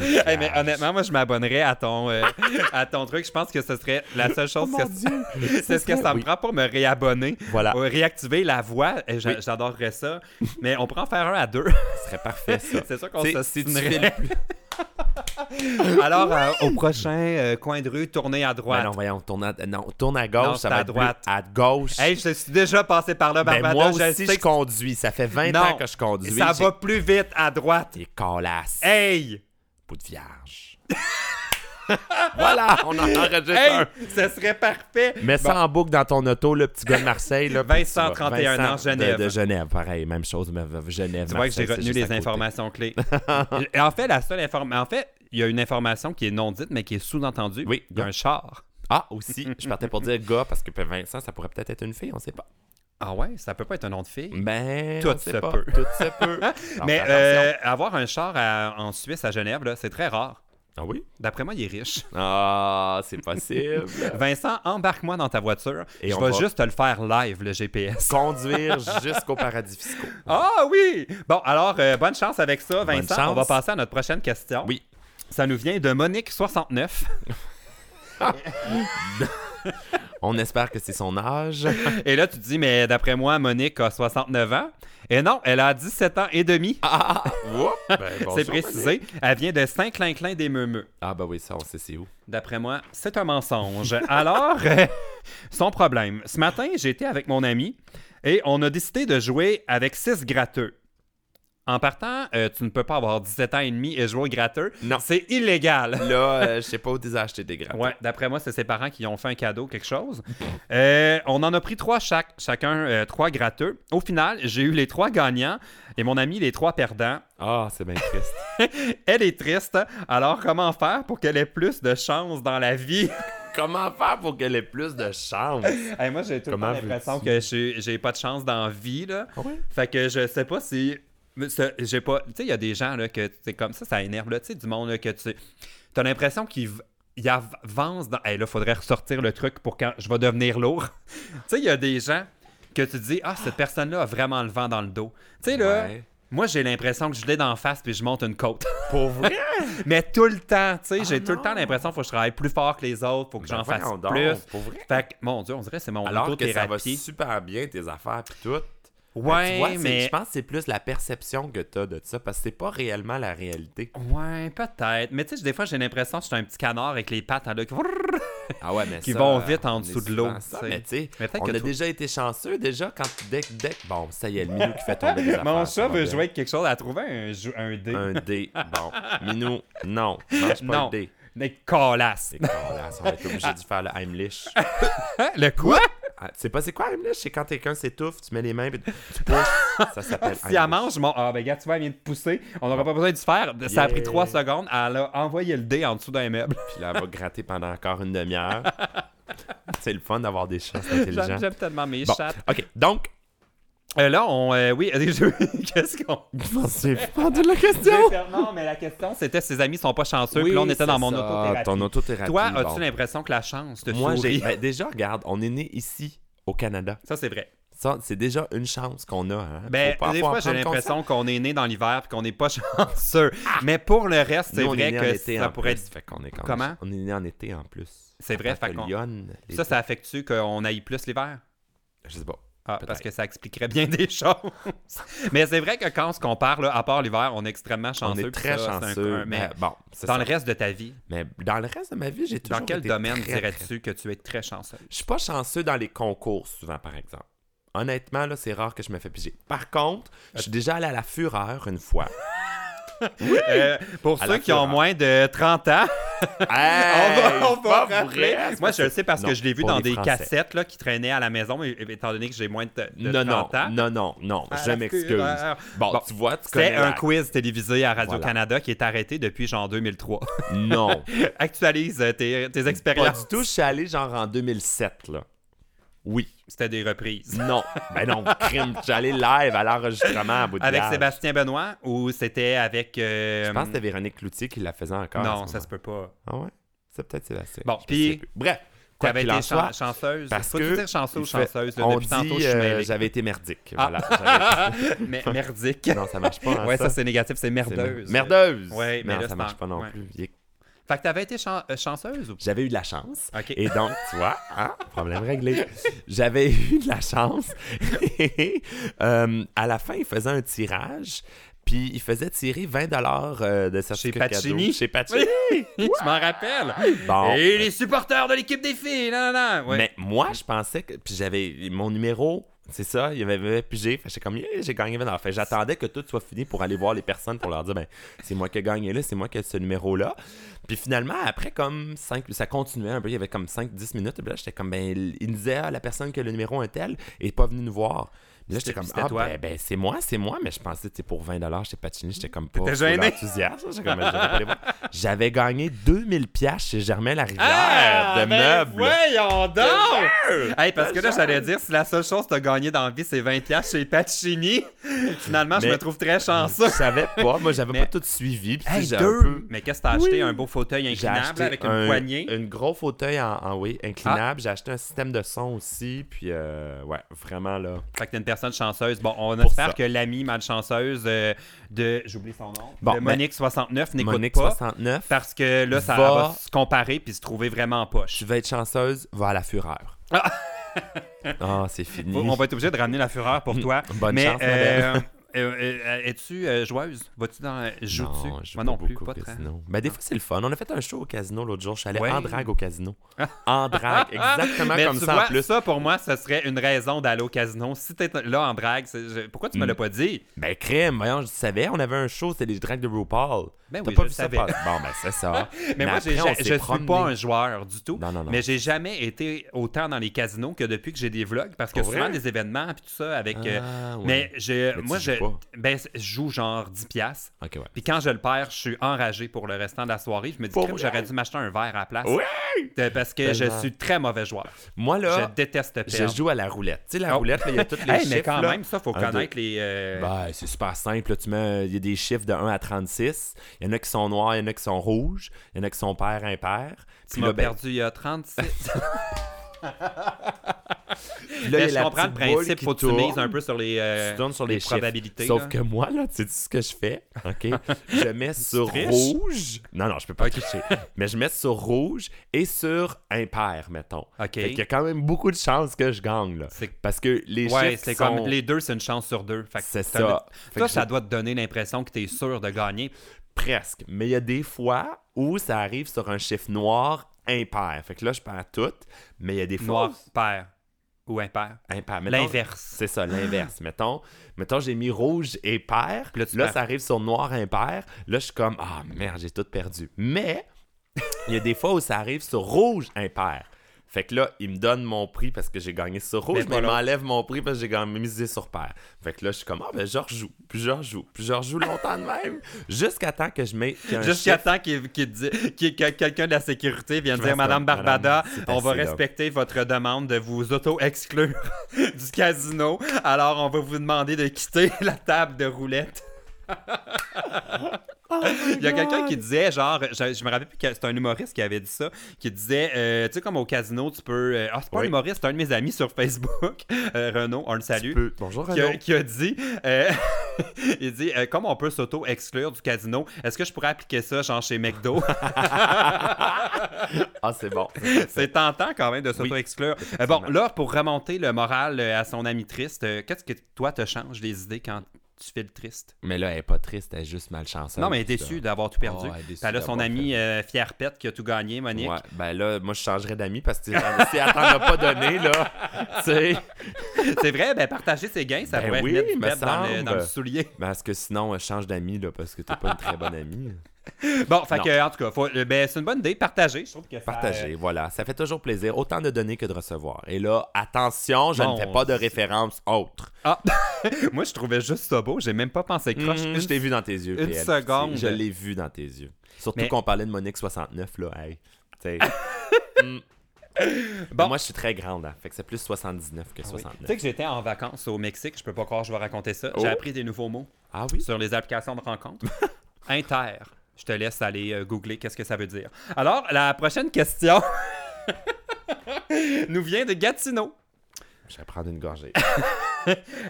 Speaker 1: Hey, mais honnêtement, moi, je m'abonnerais à ton,
Speaker 3: <laughs>
Speaker 1: euh, à ton truc. Je pense que ce serait
Speaker 3: Oh
Speaker 1: la seule chose que Oh c'est ce que ça me
Speaker 3: Oui.
Speaker 1: prend pour me réabonner.
Speaker 3: Voilà.
Speaker 1: Euh, réactiver la voix. Et j'a-
Speaker 3: Oui.
Speaker 1: J'adorerais ça. Mais on pourrait en faire un à deux.
Speaker 3: Ce serait parfait, ça.
Speaker 1: <laughs> C'est sûr qu'on
Speaker 3: Tu sais,
Speaker 1: se
Speaker 3: si tu
Speaker 1: stinerait.
Speaker 3: fais
Speaker 1: <laughs>
Speaker 3: le-
Speaker 1: Alors, euh, au prochain euh, coin de rue, tournez à
Speaker 3: Ben
Speaker 1: droite.
Speaker 3: non, voyons, tourne à, non, tourne à gauche,
Speaker 1: Non, c'est
Speaker 3: ça va
Speaker 1: à
Speaker 3: être
Speaker 1: droite.
Speaker 3: plus- À gauche.
Speaker 1: Hey, je suis déjà passé par là,
Speaker 3: Ben,
Speaker 1: Barbada.
Speaker 3: moi
Speaker 1: je
Speaker 3: aussi,
Speaker 1: sais
Speaker 3: je
Speaker 1: que-
Speaker 3: conduis. Ça fait 20
Speaker 1: Non.
Speaker 3: ans que je conduis.
Speaker 1: Ça
Speaker 3: <laughs> J'ai-
Speaker 1: va plus vite à droite.
Speaker 3: T'es colasse.
Speaker 1: Hey!
Speaker 3: Bout de vierge. <laughs> voilà, on en enregistre
Speaker 1: Hey!
Speaker 3: un.
Speaker 1: Ce serait parfait.
Speaker 3: Mets ça en boucle dans ton auto, le petit gars de Marseille. Là, puis tu vas-
Speaker 1: 21 ans,
Speaker 3: Vincent
Speaker 1: Genève.
Speaker 3: De, de Genève, pareil, même chose, mais v- Genève.
Speaker 1: Tu vois que j'ai
Speaker 3: Marseille, c'est
Speaker 1: retenu
Speaker 3: juste à
Speaker 1: les
Speaker 3: côté.
Speaker 1: informations
Speaker 3: <laughs>
Speaker 1: clés. Et en fait, la seule information. En fait, il y a une information qui est non dite, mais qui est sous-entendue.
Speaker 3: Oui.
Speaker 1: Il y a un char.
Speaker 3: Ah,
Speaker 1: <laughs>
Speaker 3: aussi, je partais pour dire gars, parce que Vincent, ça pourrait peut-être être une fille, on sait pas.
Speaker 1: Ah ouais, ça peut pas être un nom de fille.
Speaker 3: Ben,
Speaker 1: Tout
Speaker 3: on sait
Speaker 1: se
Speaker 3: pas.
Speaker 1: peut.
Speaker 3: Tout se
Speaker 1: <laughs>
Speaker 3: peut. Alors,
Speaker 1: mais
Speaker 3: fais
Speaker 1: euh,
Speaker 3: attention.
Speaker 1: avoir un char à- en Suisse, à Genève, là, c'est très rare.
Speaker 3: Ah oui?
Speaker 1: D'après moi, il est <laughs> riche.
Speaker 3: Ah,
Speaker 1: <laughs>
Speaker 3: c'est possible.
Speaker 1: Vincent, embarque-moi dans ta voiture.
Speaker 3: Et
Speaker 1: je
Speaker 3: on
Speaker 1: vais
Speaker 3: va-
Speaker 1: juste te le faire live, le GPS.
Speaker 3: Conduire jusqu'aux paradis fiscaux.
Speaker 1: Ah oui! Bon, alors, euh, bonne chance avec ça,
Speaker 3: Bonne
Speaker 1: Vincent. On
Speaker 3: chance.
Speaker 1: va passer à notre prochaine question.
Speaker 3: Oui.
Speaker 1: Ça nous vient de Monique69.
Speaker 3: On espère que c'est son âge.
Speaker 1: Et là, tu te dis, mais d'après moi, Monique a 69 ans. Et non, elle a 17 ans et demi.
Speaker 3: Ah, <laughs> whoop. Ben, bonjour,
Speaker 1: c'est précisé. Elle vient de Saint-Clinclin des Meumeux.
Speaker 3: Ah, bah oui, ça, on sait c'est où.
Speaker 1: D'après moi, c'est un mensonge. Alors, euh, son problème. Ce matin, j'étais avec mon ami et on a décidé de jouer avec 6 gratteux. En partant, euh, tu ne peux pas avoir 17 ans et demi et jouer au gratteux.
Speaker 3: Non.
Speaker 1: C'est illégal.
Speaker 3: Là, euh, je sais pas où t'es acheté des grattes.
Speaker 1: Ouais, d'après moi, c'est ses parents qui ont fait un cadeau, quelque chose. <laughs> Euh, on en a pris trois chaque, chacun euh, trois gratteux. Au final, j'ai eu les trois gagnants et mon ami les trois perdants.
Speaker 3: Ah, c'est bien triste.
Speaker 1: Elle est triste, alors comment faire pour qu'elle ait plus de chance dans la vie?
Speaker 3: <laughs> Comment faire pour qu'elle ait plus de chance?
Speaker 1: Hey, moi, j'ai tout le temps
Speaker 3: Comment
Speaker 1: l'impression
Speaker 3: veux-tu?
Speaker 1: que
Speaker 3: Ah
Speaker 1: j'ai j'ai pas de chance dans la vie, là.
Speaker 3: Ouais.
Speaker 1: Fait que je sais pas si. mais ça- J'ai pas. Tu sais, il y a des gens là, que c'est comme ça, ça énerve, là, tu sais, du monde là, que tu. T'as l'impression qu'ils v- ils avancent dans. Hey, là, faudrait ressortir le truc pour quand je vais devenir lourd. <laughs> tu sais, il y a des gens que tu dis, ah, cette personne-là a vraiment le vent dans le dos. Tu sais, là,
Speaker 3: Ouais.
Speaker 1: moi, j'ai l'impression que je l'ai d'en face puis je monte une côte. <laughs>
Speaker 3: Pour vrai?
Speaker 1: Mais tout le temps, tu sais, j'ai tout le temps
Speaker 3: Ah non.
Speaker 1: l'impression qu'il faut que je travaille plus fort que les autres pour que
Speaker 3: Ben
Speaker 1: j'en fasse
Speaker 3: voyons donc,
Speaker 1: plus.
Speaker 3: pour vrai.
Speaker 1: Fait que, mon Dieu, on dirait que c'est mon
Speaker 3: Alors que ça va
Speaker 1: autothérapie.
Speaker 3: super bien, tes affaires pis tout.
Speaker 1: Ouais,
Speaker 3: Tu vois, c'est-
Speaker 1: mais.
Speaker 3: Je pense que c'est plus la perception que t'as de ça, parce que c'est pas réellement la
Speaker 1: <laughs>
Speaker 3: réalité.
Speaker 1: Ouais, peut-être. Mais tu sais, des fois, j'ai l'impression que je suis un petit canard avec les pattes en là, qui-
Speaker 3: Ah ouais, mais
Speaker 1: Qui
Speaker 3: ça,
Speaker 1: vont
Speaker 3: euh,
Speaker 1: vite en
Speaker 3: on est
Speaker 1: dessous de
Speaker 3: souvent
Speaker 1: l'eau,
Speaker 3: ça,
Speaker 1: tu sais.
Speaker 3: Mais tu sais,
Speaker 1: Mais peut-être
Speaker 3: on
Speaker 1: que
Speaker 3: a
Speaker 1: toi-
Speaker 3: déjà été chanceux, déjà, quand dès que... dès que- Bon, ça y est, le minou qui fait tomber <laughs> les affaires.
Speaker 1: Mon
Speaker 3: ça
Speaker 1: chat
Speaker 3: va
Speaker 1: veut
Speaker 3: bien.
Speaker 1: jouer avec quelque chose. Elle a trouvé un, jeu- un dé.
Speaker 3: Un dé.
Speaker 1: <laughs>
Speaker 3: Bon, minou, non, mange pas
Speaker 1: non.
Speaker 3: le dé.
Speaker 1: Mais calasse.
Speaker 3: C'est calasse, on oh, va être obligé de faire le Heimlich.
Speaker 1: Hein? Le quoi?
Speaker 3: Ah, tu sais pas c'est quoi Heimlich? C'est quand quelqu'un s'étouffe, tu mets les mains puis tu pousses.
Speaker 1: <laughs>
Speaker 3: Ça s'appelle
Speaker 1: Si elle mange, mon. Ah, ben, gars, tu vois, elle vient de pousser. On n'aura pas besoin de se faire. Ça a pris
Speaker 3: Yeah.
Speaker 1: trois secondes. Elle a envoyé le dé en dessous d'un meuble.
Speaker 3: Puis là, elle va gratter pendant encore une demi-heure. c'est le fun d'avoir des chats
Speaker 1: J'aime
Speaker 3: intelligents.
Speaker 1: j'aime tellement mes
Speaker 3: Bon,
Speaker 1: chattes.
Speaker 3: ok, donc... <laughs>
Speaker 1: Euh, là, on. euh, oui, <laughs> qu'est-ce qu'on. <laughs>
Speaker 3: J'ai perdu la question!
Speaker 1: Non, mais la question, c'était ses amis sont pas chanceux. puis là, on était
Speaker 3: c'est
Speaker 1: dans mon
Speaker 3: ça,
Speaker 1: autothérapie.
Speaker 3: Ton autothérapie,
Speaker 1: Toi,
Speaker 3: bon.
Speaker 1: as-tu l'impression que la chance te
Speaker 3: Moi, j'ai.
Speaker 1: sourit?
Speaker 3: ben, déjà, regarde, on est né ici, au Canada.
Speaker 1: Ça, c'est vrai.
Speaker 3: Ça, c'est déjà une chance qu'on a. Hein?
Speaker 1: Ben,
Speaker 3: Faut pas-
Speaker 1: des
Speaker 3: faut en
Speaker 1: fois, j'ai
Speaker 3: prendre
Speaker 1: l'impression qu'on est né dans l'hiver et qu'on n'est pas <laughs> chanceux. Mais pour le reste,
Speaker 3: conscience.
Speaker 1: c'est
Speaker 3: Nous, on est
Speaker 1: vrai
Speaker 3: né en
Speaker 1: que
Speaker 3: été
Speaker 1: ça
Speaker 3: en
Speaker 1: pourrait
Speaker 3: plus,
Speaker 1: être.
Speaker 3: fait qu'on est quand
Speaker 1: Comment?
Speaker 3: même- On est né en été en plus.
Speaker 1: C'est vrai,
Speaker 3: Après
Speaker 1: fait qu'on-
Speaker 3: Lyon, les-
Speaker 1: Ça, ça affecte-tu qu'on aille plus l'hiver?
Speaker 3: Je sais pas.
Speaker 1: Ah,
Speaker 3: Peut-être.
Speaker 1: parce que ça expliquerait bien <laughs> des choses. mais c'est vrai que quand on se compare, là, à part l'hiver, on est extrêmement
Speaker 3: On
Speaker 1: chanceux.
Speaker 3: est
Speaker 1: puis
Speaker 3: très
Speaker 1: ça, c'est un-
Speaker 3: chanceux.
Speaker 1: un- mais
Speaker 3: mais bon, c'est
Speaker 1: dans
Speaker 3: ça.
Speaker 1: le reste de ta vie,
Speaker 3: Mais dans le reste de ma vie, j'ai toujours.
Speaker 1: dans quel
Speaker 3: été
Speaker 1: domaine
Speaker 3: très, très-
Speaker 1: dirais-tu que tu es très chanceux?
Speaker 3: Je suis pas chanceux dans les concours souvent, par exemple. Honnêtement, là, c'est rare que je me fais piger. Par contre, je suis déjà allé à la fureur une fois.
Speaker 1: Euh, pour
Speaker 3: À
Speaker 1: ceux
Speaker 3: la
Speaker 1: qui ont
Speaker 3: fureur.
Speaker 1: moins de 30 ans, <laughs> On
Speaker 3: Hey,
Speaker 1: va, on
Speaker 3: c'est
Speaker 1: va
Speaker 3: pas vrai,
Speaker 1: rappeler.
Speaker 3: c'est
Speaker 1: Moi,
Speaker 3: pas
Speaker 1: je le sais parce
Speaker 3: Non,
Speaker 1: que je l'ai vu
Speaker 3: pour
Speaker 1: dans
Speaker 3: les
Speaker 1: des
Speaker 3: Français.
Speaker 1: cassettes là, qui traînaient à la maison, et- étant donné que j'ai moins de, de
Speaker 3: non,
Speaker 1: 30 ans.
Speaker 3: non, non, non, non,
Speaker 1: À
Speaker 3: je
Speaker 1: la
Speaker 3: m'excuse.
Speaker 1: fureur.
Speaker 3: Bon,
Speaker 1: Bon,
Speaker 3: tu vois, tu
Speaker 1: C'est
Speaker 3: connais
Speaker 1: un
Speaker 3: la-
Speaker 1: quiz télévisé à Radio-Canada qui est arrêté depuis genre 2003.
Speaker 3: Non,
Speaker 1: <laughs> Actualise euh, tes, tes
Speaker 3: pas
Speaker 1: expériences.
Speaker 3: du tout. Je suis allé genre en 2007, là. Oui.
Speaker 1: C'était des reprises.
Speaker 3: Non. Ben non, crime. Je suis allé live à l'enregistrement à bout de
Speaker 1: Avec
Speaker 3: live.
Speaker 1: Sébastien Benoît ou c'était avec. euh,
Speaker 3: Je pense que c'était Véronique Cloutier qui la faisait encore.
Speaker 1: Non,
Speaker 3: à ce
Speaker 1: ça se peut pas.
Speaker 3: moment. Ah ouais? C'est peut-être Sébastien.
Speaker 1: Bon,
Speaker 3: Je me
Speaker 1: puis-
Speaker 3: souviens plus. Bref. quoi
Speaker 1: T'avais
Speaker 3: qu'il en
Speaker 1: été chan-
Speaker 3: soit,
Speaker 1: chanceuse.
Speaker 3: parce
Speaker 1: Faut
Speaker 3: que
Speaker 1: dire chanceux ou
Speaker 3: je fais-
Speaker 1: chanceuse. là,
Speaker 3: on
Speaker 1: depuis tantôt,
Speaker 3: dit,
Speaker 1: je suis
Speaker 3: euh, <laughs>
Speaker 1: mêlée. <laughs>
Speaker 3: j'avais été merdique.
Speaker 1: Ah.
Speaker 3: Voilà, j'avais-
Speaker 1: Mais- merdique. <laughs>
Speaker 3: non, ça marche pas. hein,
Speaker 1: ouais, ça, c'est négatif, c'est
Speaker 3: C'est
Speaker 1: merdeuse.
Speaker 3: mer- Merdeuse!
Speaker 1: Ouais, mais
Speaker 3: non,
Speaker 1: là,
Speaker 3: ça
Speaker 1: c'est
Speaker 3: marche
Speaker 1: en-
Speaker 3: pas non
Speaker 1: ouais.
Speaker 3: plus. Il est-
Speaker 1: Fait que t'avais été chan- euh, chanceuse ou
Speaker 3: J'avais eu de la chance.
Speaker 1: Ok. <laughs>
Speaker 3: Et donc, tu vois, hein, problème réglé. J'avais <laughs> eu de la chance. Et, euh, à la fin, il faisait un tirage, puis il faisait tirer 20 euh, de certificats cadeaux.
Speaker 1: Pacini.
Speaker 3: Chez Pacini.
Speaker 1: Je m'en rappelle.
Speaker 3: Bon.
Speaker 1: Et les supporters de l'équipe des filles, non, non, non. Ouais.
Speaker 3: Ah. Mais moi, je pensais que. Puis j'avais mon numéro, c'est ça, il m'avait pigé. Fait que j'étais comme, Yeah, j'ai gagné 20 Fait que j'attendais que tout soit fini pour aller voir les personnes pour leur dire, ben, c'est moi qui ai gagné là, c'est moi qui ai ce numéro-là. Puis finalement, après, comme 5, ça continuait un peu, il y avait comme 5-10 minutes. Puis là, j'étais comme, ben, il me disait, ah, la personne qui a le numéro un tel est pas venue nous voir. Puis là, j'étais comme,
Speaker 1: C'était
Speaker 3: ah,
Speaker 1: toi.
Speaker 3: ben, ben, c'est moi, c'est moi. Mais je pensais, tu sais, pour 20 j'étais patiné, j'étais comme pas.
Speaker 1: T'étais
Speaker 3: full
Speaker 1: gêné.
Speaker 3: enthousiaste. J'étais comme, Ben, je vais pas
Speaker 1: <laughs>
Speaker 3: aller voir. J'avais gagné 2000 piastres chez Germain Larivière de
Speaker 1: ben
Speaker 3: meubles.
Speaker 1: Voyons donc! Hey, parce que là, j'allais dire, si la seule chose que t'as gagné dans la vie, c'est 20$ chez Pacini, finalement, je
Speaker 3: Mais-
Speaker 1: me trouve très chanceux.
Speaker 3: <laughs> Je savais pas. Moi, j'avais
Speaker 1: Ah, Mais-
Speaker 3: pas tout suivi. Puis
Speaker 1: Hey,
Speaker 3: j'ai
Speaker 1: deux!
Speaker 3: un peu...
Speaker 1: Mais qu'est-ce que t'as acheté?
Speaker 3: Oui.
Speaker 1: Un beau fauteuil
Speaker 3: J'ai
Speaker 1: inclinable
Speaker 3: acheté
Speaker 1: avec une
Speaker 3: un- euh,
Speaker 1: poignée? Ah.
Speaker 3: Un gros fauteuil en, en- oui, inclinable. J'ai acheté un système de son aussi. Puis, euh, ouais, vraiment là.
Speaker 1: Fait que t'es une personne chanceuse. Bon, on
Speaker 3: Pour
Speaker 1: espère
Speaker 3: ça.
Speaker 1: que l'ami malchanceuse euh, de. J'oublie son nom.
Speaker 3: Bon,
Speaker 1: de
Speaker 3: ben,
Speaker 1: Monique69 n'écoute
Speaker 3: Monique
Speaker 1: pas.
Speaker 3: 69.
Speaker 1: Parce que là, ça va,
Speaker 3: Va-
Speaker 1: se comparer puis se trouver vraiment en poche.
Speaker 3: Je vais être chanceuse. Va à la fureur. Ah,
Speaker 1: <laughs>
Speaker 3: c'est fini.
Speaker 1: On va être obligé de ramener la fureur pour toi.
Speaker 3: Hmm. Bonne
Speaker 1: Mais,
Speaker 3: chance,
Speaker 1: euh,
Speaker 3: <laughs>
Speaker 1: euh, euh, es-tu euh, joueuse? Vas-tu dans. euh, Joues-tu?
Speaker 3: Non, je joue
Speaker 1: Moi non
Speaker 3: pas
Speaker 1: plus,
Speaker 3: beaucoup
Speaker 1: pas
Speaker 3: au
Speaker 1: très.
Speaker 3: casino. Ben, des fois, c'est le fun. On a fait un show au casino l'autre jour. Je suis allé
Speaker 1: Ouais.
Speaker 3: en drague
Speaker 1: <laughs>
Speaker 3: au casino. En drague, exactement
Speaker 1: Mais
Speaker 3: comme
Speaker 1: tu
Speaker 3: ça
Speaker 1: vois,
Speaker 3: en plus.
Speaker 1: ça, pour moi, ce serait une raison d'aller au casino. Si t'es là en drague, c'est- je- pourquoi tu me l'as pas dit?
Speaker 3: Ben, crème, voyons, je savais, on avait un show, c'était les drags de RuPaul.
Speaker 1: Ben
Speaker 3: T'as
Speaker 1: oui,
Speaker 3: pas
Speaker 1: je
Speaker 3: vu
Speaker 1: le
Speaker 3: ça
Speaker 1: savais.
Speaker 3: passer. Bon, ben, c'est ça.
Speaker 1: <laughs> Mais, moi, j'ai-
Speaker 3: après, on
Speaker 1: je
Speaker 3: s'est
Speaker 1: je suis
Speaker 3: promené.
Speaker 1: pas un joueur du tout.
Speaker 3: Non, non, non.
Speaker 1: Mais j'ai jamais été autant dans les casinos que depuis que j'ai des vlogs parce que
Speaker 3: Pour
Speaker 1: souvent
Speaker 3: vrai?
Speaker 1: des événements puis tout ça avec. euh,
Speaker 3: Ah, ouais.
Speaker 1: Mais, je,
Speaker 3: Mais tu
Speaker 1: moi,
Speaker 3: joues
Speaker 1: je,
Speaker 3: pas.
Speaker 1: ben, je joue genre 10 piastres.
Speaker 3: Ok, ouais.
Speaker 1: Puis quand je le perds, je suis enragé pour le restant de la soirée. Je me dis,
Speaker 3: Pour
Speaker 1: Crime,
Speaker 3: vrai?
Speaker 1: j'aurais dû m'acheter un verre à la place.
Speaker 3: Ouais!
Speaker 1: Euh, Parce que je
Speaker 3: Tellement.
Speaker 1: suis très mauvais joueur.
Speaker 3: Moi,
Speaker 1: Je
Speaker 3: là,
Speaker 1: déteste perdre.
Speaker 3: je joue à la roulette. Tu sais, la
Speaker 1: Oh.
Speaker 3: roulette, là, il y
Speaker 1: <laughs>
Speaker 3: a toutes les
Speaker 1: Hey,
Speaker 3: chiffres.
Speaker 1: mais quand
Speaker 3: là.
Speaker 1: même, ça, faut
Speaker 3: Un, deux.
Speaker 1: connaître les. euh,
Speaker 3: Ben, c'est super simple. là. Tu mets, euh, il y a des chiffres de 1 à 36. Il y en a qui sont noirs, il y en a qui sont rouges, il y en a qui sont pairs, impairs.
Speaker 1: tu
Speaker 3: Puis
Speaker 1: m'as
Speaker 3: <laughs> là, ben,
Speaker 1: perdu il y a 36.
Speaker 3: puis là, il y a
Speaker 1: Mais je
Speaker 3: la
Speaker 1: comprends le
Speaker 3: petite boule
Speaker 1: principe.
Speaker 3: qui
Speaker 1: Faut que tu
Speaker 3: tourne.
Speaker 1: mises un peu sur les, euh,
Speaker 3: tu tournes sur
Speaker 1: les
Speaker 3: les, chiffres.
Speaker 1: probabilités,
Speaker 3: Sauf
Speaker 1: là.
Speaker 3: que moi, là, tu sais ce que je fais?
Speaker 1: <laughs>
Speaker 3: OK? Je mets sur
Speaker 1: triches?
Speaker 3: rouge. Non, non, je peux pas
Speaker 1: Ok.
Speaker 3: tricher. Mais je mets sur rouge et sur impair, mettons.
Speaker 1: OK.
Speaker 3: Fait qu'il y a quand même beaucoup de chances que je gagne, là.
Speaker 1: C'est-
Speaker 3: Parce que les
Speaker 1: Ouais,
Speaker 3: chiffres
Speaker 1: c'est
Speaker 3: sont...
Speaker 1: comme les deux, c'est une chance sur deux. Fait que
Speaker 3: C'est
Speaker 1: ça
Speaker 3: ça.
Speaker 1: doit-
Speaker 3: Fait
Speaker 1: Toi,
Speaker 3: que
Speaker 1: ça
Speaker 3: j'ai-
Speaker 1: doit te donner l'impression que tu es sûr de gagner.
Speaker 3: Presque. Mais il y a des fois où ça arrive sur un chiffre noir impair. Fait que là, je perds tout. Mais il y a des fois...
Speaker 1: Noir, pair ou impair.
Speaker 3: Impair. Mettons-
Speaker 1: L'inverse.
Speaker 3: C'est ça, l'inverse. mettons, mettons j'ai mis rouge et pair.
Speaker 1: Ah. Puis là, tu
Speaker 3: là,
Speaker 1: perds.
Speaker 3: ça arrive sur noir impair. Là, je suis comme, ah merde, j'ai tout perdu. Mais <laughs> il y a des fois où ça arrive sur rouge impair. Fait que là, il me donne mon prix parce que j'ai gagné sur rouge,
Speaker 1: Mais
Speaker 3: mais,
Speaker 1: voilà.
Speaker 3: il m'enlève mon prix parce que j'ai gagné misé sur pair. Fait que là, je suis comme, ah ben, je rejoue, puis je rejoue, puis je rejoue longtemps de même, jusqu'à temps que je mets. qu'il y a un
Speaker 1: Jusqu'à
Speaker 3: chiffre.
Speaker 1: temps qu'il- qu'il dise- qu'il- que quelqu'un de la sécurité vienne
Speaker 3: Je
Speaker 1: dire
Speaker 3: reste
Speaker 1: Madame
Speaker 3: comme,
Speaker 1: Barbada,
Speaker 3: Madame, c'est
Speaker 1: on va
Speaker 3: assez, là.
Speaker 1: respecter votre demande de vous auto-exclure <laughs> du casino. Alors, on va vous demander de quitter <laughs> la table de roulette. Il y a quelqu'un qui disait, genre, je, je me rappelle plus que c'était un humoriste qui avait dit ça, qui disait, euh, tu sais, comme au casino, tu peux. euh, ah, c'est pas un
Speaker 3: Oui.
Speaker 1: humoriste, c'est un de mes amis sur Facebook, <laughs> euh, Renaud, on le salue
Speaker 3: Tu peux- Bonjour,
Speaker 1: qui a,
Speaker 3: Renaud.
Speaker 1: qui a dit, euh, <laughs> il dit, euh, comme on peut s'auto-exclure du casino, est-ce que je pourrais appliquer ça, genre chez
Speaker 3: <laughs>
Speaker 1: McDo?
Speaker 3: Ah, c'est bon.
Speaker 1: <laughs> C'est tentant quand même de s'auto-exclure. Euh, bon,
Speaker 3: effectivement.
Speaker 1: là, pour remonter le moral euh, à son ami triste, euh, qu'est-ce que toi te change les idées quand tu fais le triste?
Speaker 3: Mais là, elle est pas triste, elle est juste malchanceuse.
Speaker 1: non, mais elle est
Speaker 3: Ça.
Speaker 1: déçue d'avoir tout perdu.
Speaker 3: Oh, elle est déçue
Speaker 1: Puis là, son
Speaker 3: d'avoir
Speaker 1: ami euh, fier pète qui a tout gagné, Monique. <laughs>
Speaker 3: Ouais, ben là, moi, je changerais d'amis parce que si elle t'en a pas donné, là, tu sais,
Speaker 1: C'est vrai, ben partager ses gains, ça
Speaker 3: Ben
Speaker 1: pourrait
Speaker 3: oui,
Speaker 1: venir du
Speaker 3: me
Speaker 1: mettre dans le,
Speaker 3: semble.
Speaker 1: dans le soulier. <laughs>
Speaker 3: Parce que sinon, euh, change d'amis, là, parce que t'es pas une très bonne amie.
Speaker 1: Bon, fait
Speaker 3: Non.
Speaker 1: que, en tout cas, faut- euh, ben, c'est une bonne idée, partager. Je trouve que ça,
Speaker 3: Partager, voilà. Ça fait toujours plaisir. Autant de donner que de recevoir. Et là, attention, je
Speaker 1: Bon,
Speaker 3: ne fais pas de
Speaker 1: c'est-
Speaker 3: référence autre.
Speaker 1: Ah, moi, je trouvais juste ça beau. J'ai même pas pensé croche.
Speaker 3: Je t'ai vu dans tes yeux.
Speaker 1: une
Speaker 3: PL.
Speaker 1: seconde.
Speaker 3: Je l'ai vu dans tes yeux. Surtout
Speaker 1: Mais-
Speaker 3: qu'on parlait de Monique 69, là. Hey.
Speaker 1: <laughs>
Speaker 3: T'sais. Mm.
Speaker 1: Bon. Ah
Speaker 3: Moi, je suis très grande, hein. Fait que c'est plus 79 que
Speaker 1: Oui.
Speaker 3: 69.
Speaker 1: Tu sais que j'étais en vacances au Mexique, je peux pas croire que je vais raconter ça.
Speaker 3: Oh.
Speaker 1: J'ai appris des nouveaux mots
Speaker 3: Ah oui?
Speaker 1: sur les applications de rencontres. Inter. Je te laisse aller euh, googler qu'est-ce que ça veut dire. Alors, la prochaine question <laughs> nous vient de Gatineau.
Speaker 3: Je vais prendre une gorgée. <laughs>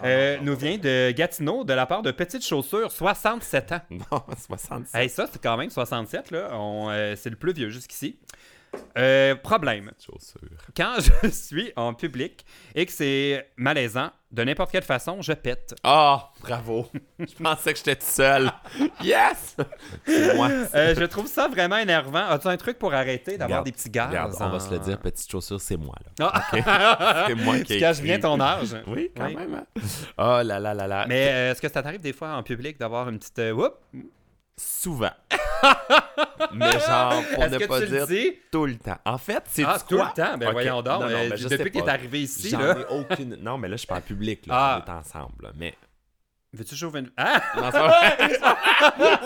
Speaker 1: Euh, nous vient de Gatineau de la part de Petite Chaussure, 67 ans.
Speaker 3: non, 67.
Speaker 1: Hey, ça, c'est quand même 67, là. On, euh, c'est le plus vieux jusqu'ici. Euh, problème.
Speaker 3: Chaussures.
Speaker 1: Quand <laughs> je suis en public et que c'est malaisant, de n'importe quelle façon, je pète.
Speaker 3: Ah, bravo. <laughs> je pensais que j'étais tout <laughs> seul. Yes! C'est <laughs> moi.
Speaker 1: Euh, je trouve ça vraiment énervant. As-tu un truc pour arrêter d'avoir
Speaker 3: Regarde,
Speaker 1: des petits gars?
Speaker 3: Regarde, on va se le dire, petite chaussure, c'est moi, là.
Speaker 1: Ah, <laughs>
Speaker 3: C'est moi qui ai
Speaker 1: tu caches
Speaker 3: écrit.
Speaker 1: bien ton âge.
Speaker 3: Oui, quand
Speaker 1: Oui.
Speaker 3: même. hein. Oh là là là là.
Speaker 1: Mais euh, est-ce que ça t'arrive des fois en public d'avoir une petite. euh, Oups! <laughs>
Speaker 3: Souvent. mais genre, pour
Speaker 1: Est-ce
Speaker 3: ne
Speaker 1: que
Speaker 3: pas
Speaker 1: tu
Speaker 3: dire
Speaker 1: le dis?
Speaker 3: tout le temps. En fait, c'est
Speaker 1: Ah, tout
Speaker 3: quoi?
Speaker 1: le temps? Ben
Speaker 3: Ok.
Speaker 1: voyons donc.
Speaker 3: Non, non,
Speaker 1: euh,
Speaker 3: mais je sais
Speaker 1: depuis que t'es
Speaker 3: pas.
Speaker 1: arrivé ici,
Speaker 3: J'en
Speaker 1: là.
Speaker 3: ai aucune. Non, mais là, je suis pas en public, là.
Speaker 1: Ah.
Speaker 3: On est ensemble, là. Mais.
Speaker 1: Veux-tu que j'ouvre une. Ah!
Speaker 3: <laughs> Non, c'est pas vrai.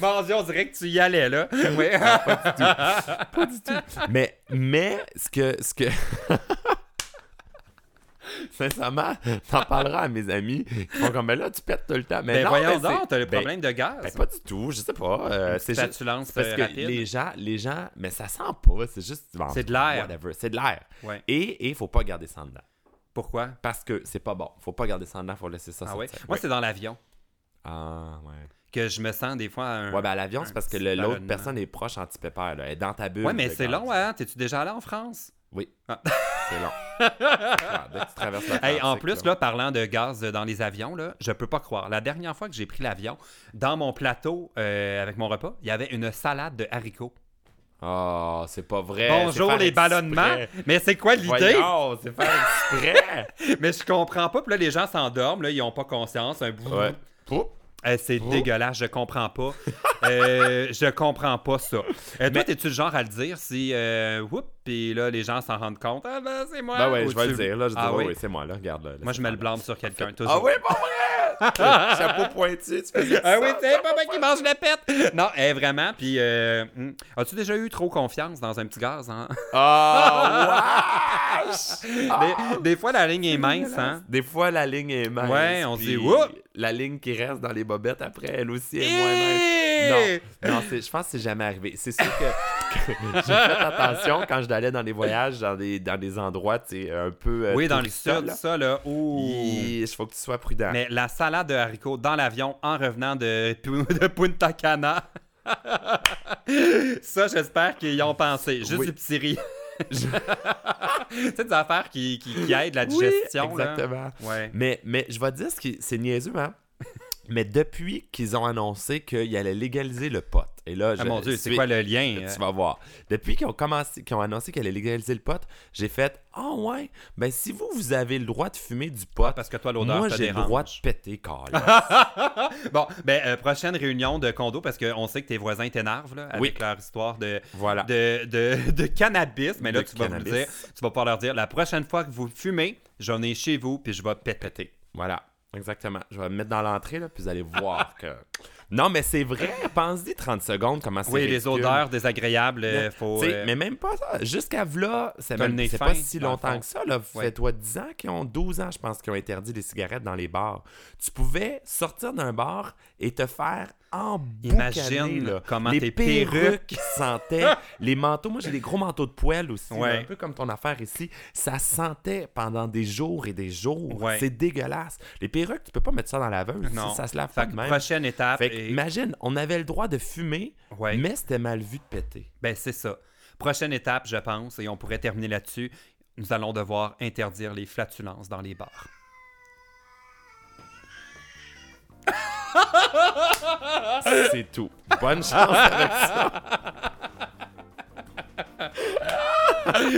Speaker 1: Mon Dieu, on dirait que tu y allais, là. Oui.
Speaker 3: mais, mais, ce que. Ce que... <laughs> Sincèrement, t'en parleras à mes amis. Ils font comme, mais là, tu pètes tout le temps. Mais
Speaker 1: ben
Speaker 3: non,
Speaker 1: voyons
Speaker 3: mais c'est-
Speaker 1: donc, t'as le
Speaker 3: Ben,
Speaker 1: problème de gaz.
Speaker 3: Ben, pas du tout, je sais pas. euh, c'est
Speaker 1: Ça,
Speaker 3: juste.
Speaker 1: tu lances
Speaker 3: Parce
Speaker 1: euh,
Speaker 3: que
Speaker 1: rapide.
Speaker 3: les gens, les gens, mais ça sent pas, c'est juste. bon,
Speaker 1: C'est de l'air.
Speaker 3: whatever, C'est de l'air.
Speaker 1: Ouais.
Speaker 3: Et il faut pas garder ça en dedans.
Speaker 1: Pourquoi?
Speaker 3: Parce que c'est pas bon. Faut pas garder ça en dedans, faut laisser ça
Speaker 1: Ah ouais?
Speaker 3: sortir.
Speaker 1: Moi,
Speaker 3: Ouais.
Speaker 1: c'est dans l'avion
Speaker 3: Ah, ouais.
Speaker 1: que je me sens des fois. Un...
Speaker 3: Ouais, ben à l'avion, c'est parce que le-
Speaker 1: petit
Speaker 3: l'autre
Speaker 1: ballonnement.
Speaker 3: personne est proche anti-pépère, là. Elle est dans ta bulle.
Speaker 1: Ouais, mais
Speaker 3: de
Speaker 1: c'est
Speaker 3: gaz.
Speaker 1: long, hein? T'es-tu déjà allé en France?
Speaker 3: Oui.
Speaker 1: Ah.
Speaker 3: C'est long. Ah, dès que tu traverses la
Speaker 1: Hey, en plus, là, parlant de gaz euh, dans les avions, là, je peux pas croire. La dernière fois que j'ai pris l'avion, dans mon plateau euh, avec mon repas, il y avait une salade de haricots. Euh,
Speaker 3: Oh, c'est pas vrai.
Speaker 1: Bonjour les ballonnements! Mais c'est quoi l'idée?
Speaker 3: Oh, c'est faire exprès.
Speaker 1: Mais je comprends pas. Puis là, les gens s'endorment, là, ils ont pas conscience. Un bout.
Speaker 3: ouais. Oups.
Speaker 1: Euh, c'est
Speaker 3: Oh.
Speaker 1: dégueulasse, je comprends pas. <laughs> Euh, je comprends pas ça. Euh, Toi, t'es-tu le genre à le dire si. Euh, Oups, puis là, les gens s'en rendent compte. Ah ben, c'est moi!
Speaker 3: Ben ouais,
Speaker 1: Ou
Speaker 3: je vais
Speaker 1: tu-
Speaker 3: le dire, là. Je dis,
Speaker 1: Ah
Speaker 3: ouais,
Speaker 1: oui?
Speaker 3: ouais, c'est moi, là. Regarde, là.
Speaker 1: Moi, je me le
Speaker 3: laisse-moi, là.
Speaker 1: blâme sur quelqu'un, toujours.
Speaker 3: Ah oui, pas
Speaker 1: <laughs>
Speaker 3: vrai! Chapeau pointu, tu <laughs> fais
Speaker 1: Ah oui, c'est pas moi qui mange la pète! Non, eh, vraiment. Puis, euh, hmm. as-tu déjà eu trop confiance dans un petit gaz? hein?
Speaker 3: Ah,
Speaker 1: Des, des fois, la ligne est mince, hein?
Speaker 3: Des fois, la ligne est mince.
Speaker 1: Ouais, on se
Speaker 3: puis
Speaker 1: dit, Oups!
Speaker 3: La ligne qui reste dans les bobettes après, elle aussi est moins mince.
Speaker 1: Eh!
Speaker 3: Non, non c'est- je pense que c'est jamais arrivé. C'est sûr que, que j'ai fait attention quand je allais dans les voyages, dans des, dans des endroits, tu sais, un peu. euh,
Speaker 1: Oui, dans le
Speaker 3: touristas,
Speaker 1: sud,
Speaker 3: là.
Speaker 1: ça, là. Ouh!
Speaker 3: Il faut que tu sois prudent.
Speaker 1: Mais la salade de haricots dans l'avion en revenant de, <laughs> de Punta Cana. <laughs> ça, j'espère qu'ils y ont pensé. Juste
Speaker 3: Oui.
Speaker 1: du petit riz. <laughs> tu sais, des affaires qui, qui, qui aident la
Speaker 3: Oui,
Speaker 1: digestion. là.
Speaker 3: exactement.
Speaker 1: Ouais.
Speaker 3: Mais, mais je vais te dire ce qui c'est niaiseux, hein? <laughs> Mais depuis qu'ils ont annoncé qu'ils allaient légaliser le pot, et là, je
Speaker 1: Ah mon Dieu, c'est
Speaker 3: suis-
Speaker 1: quoi le lien? euh?
Speaker 3: Tu vas voir. Depuis qu'ils ont commencé, qu'ils ont annoncé qu'ils allaient légaliser le pot, j'ai fait Ah ouais, ben si vous, vous avez le droit de fumer du pot,
Speaker 1: Ah, Parce que toi, l'odeur
Speaker 3: moi
Speaker 1: te
Speaker 3: j'ai le
Speaker 1: dérange. Ah,
Speaker 3: droit de
Speaker 1: <laughs>
Speaker 3: péter, Carl.
Speaker 1: Bon, ben, euh, prochaine réunion de condo, parce qu'on sait que tes voisins t'énervent, là, avec
Speaker 3: Oui.
Speaker 1: leur histoire de,
Speaker 3: voilà.
Speaker 1: de, de, de cannabis. Mais là,
Speaker 3: De
Speaker 1: tu vas, vous le
Speaker 3: cannabis.
Speaker 1: dire, tu vas pouvoir leur dire, la prochaine fois que vous fumez, j'en ai chez vous, puis je vais péter.
Speaker 3: Voilà. Exactement. Je vais me mettre dans l'entrée, là, puis vous allez voir que. Non, mais c'est vrai, pense-y 30 secondes, comment c'est.
Speaker 1: Oui, les
Speaker 3: ridicule.
Speaker 1: odeurs désagréables, euh, faut...
Speaker 3: T'sais,
Speaker 1: euh,
Speaker 3: Mais même pas ça. Jusqu'à là, c'est
Speaker 1: T'as le
Speaker 3: même-
Speaker 1: nez
Speaker 3: c'est
Speaker 1: fin,
Speaker 3: pas si
Speaker 1: dans le fond.
Speaker 3: longtemps que ça. Là.
Speaker 1: Ouais.
Speaker 3: Fais-toi 10 ans qui ont 12 ans, je pense, qui ont interdit les cigarettes dans les bars. Tu pouvais sortir d'un bar et te faire emboucaner.
Speaker 1: Imagine
Speaker 3: là.
Speaker 1: comment
Speaker 3: les
Speaker 1: tes
Speaker 3: perruques,
Speaker 1: perruques
Speaker 3: sentaient.
Speaker 1: <laughs>
Speaker 3: les manteaux, moi j'ai des gros manteaux de poêle aussi, là,
Speaker 1: Ouais.
Speaker 3: un peu comme ton affaire ici. Ça sentait pendant des jours et des jours.
Speaker 1: Ouais.
Speaker 3: C'est dégueulasse. Les perruques, tu peux pas mettre ça dans la laveuse.
Speaker 1: Non.
Speaker 3: Ça se lave
Speaker 1: Fait
Speaker 3: pas
Speaker 1: que
Speaker 3: de même.
Speaker 1: prochaine étape,
Speaker 3: Fait que,
Speaker 1: et-
Speaker 3: imagine, on avait le droit de fumer,
Speaker 1: Ouais.
Speaker 3: mais c'était mal vu de péter.
Speaker 1: ben c'est ça. Prochaine étape, je pense, et on pourrait terminer là-dessus, nous allons devoir interdire les flatulences dans les bars.
Speaker 3: <laughs> C'est tout. Bonne chance avec ça.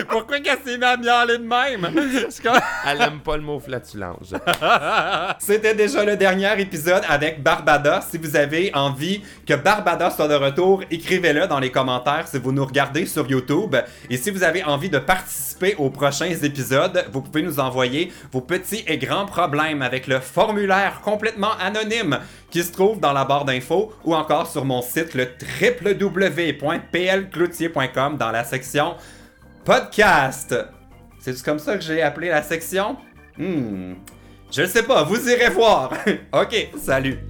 Speaker 1: Pourquoi qu'elle s'est mise à miauler de même? Je suis comme-
Speaker 3: Elle aime pas le mot flatulange.
Speaker 1: C'était déjà le dernier épisode avec Barbada. Si vous avez envie que Barbada soit de retour, écrivez-le dans les commentaires si vous nous regardez sur YouTube. Et si vous avez envie de participer aux prochains épisodes, vous pouvez nous envoyer vos petits et grands problèmes avec le formulaire complètement anonyme qui se trouve dans la barre d'infos ou encore sur mon site le www.plcloutier.com dans la section podcast. C'est comme ça que j'ai appelé la section? Hmm. Je le sais pas, vous irez voir. <laughs> ok, salut.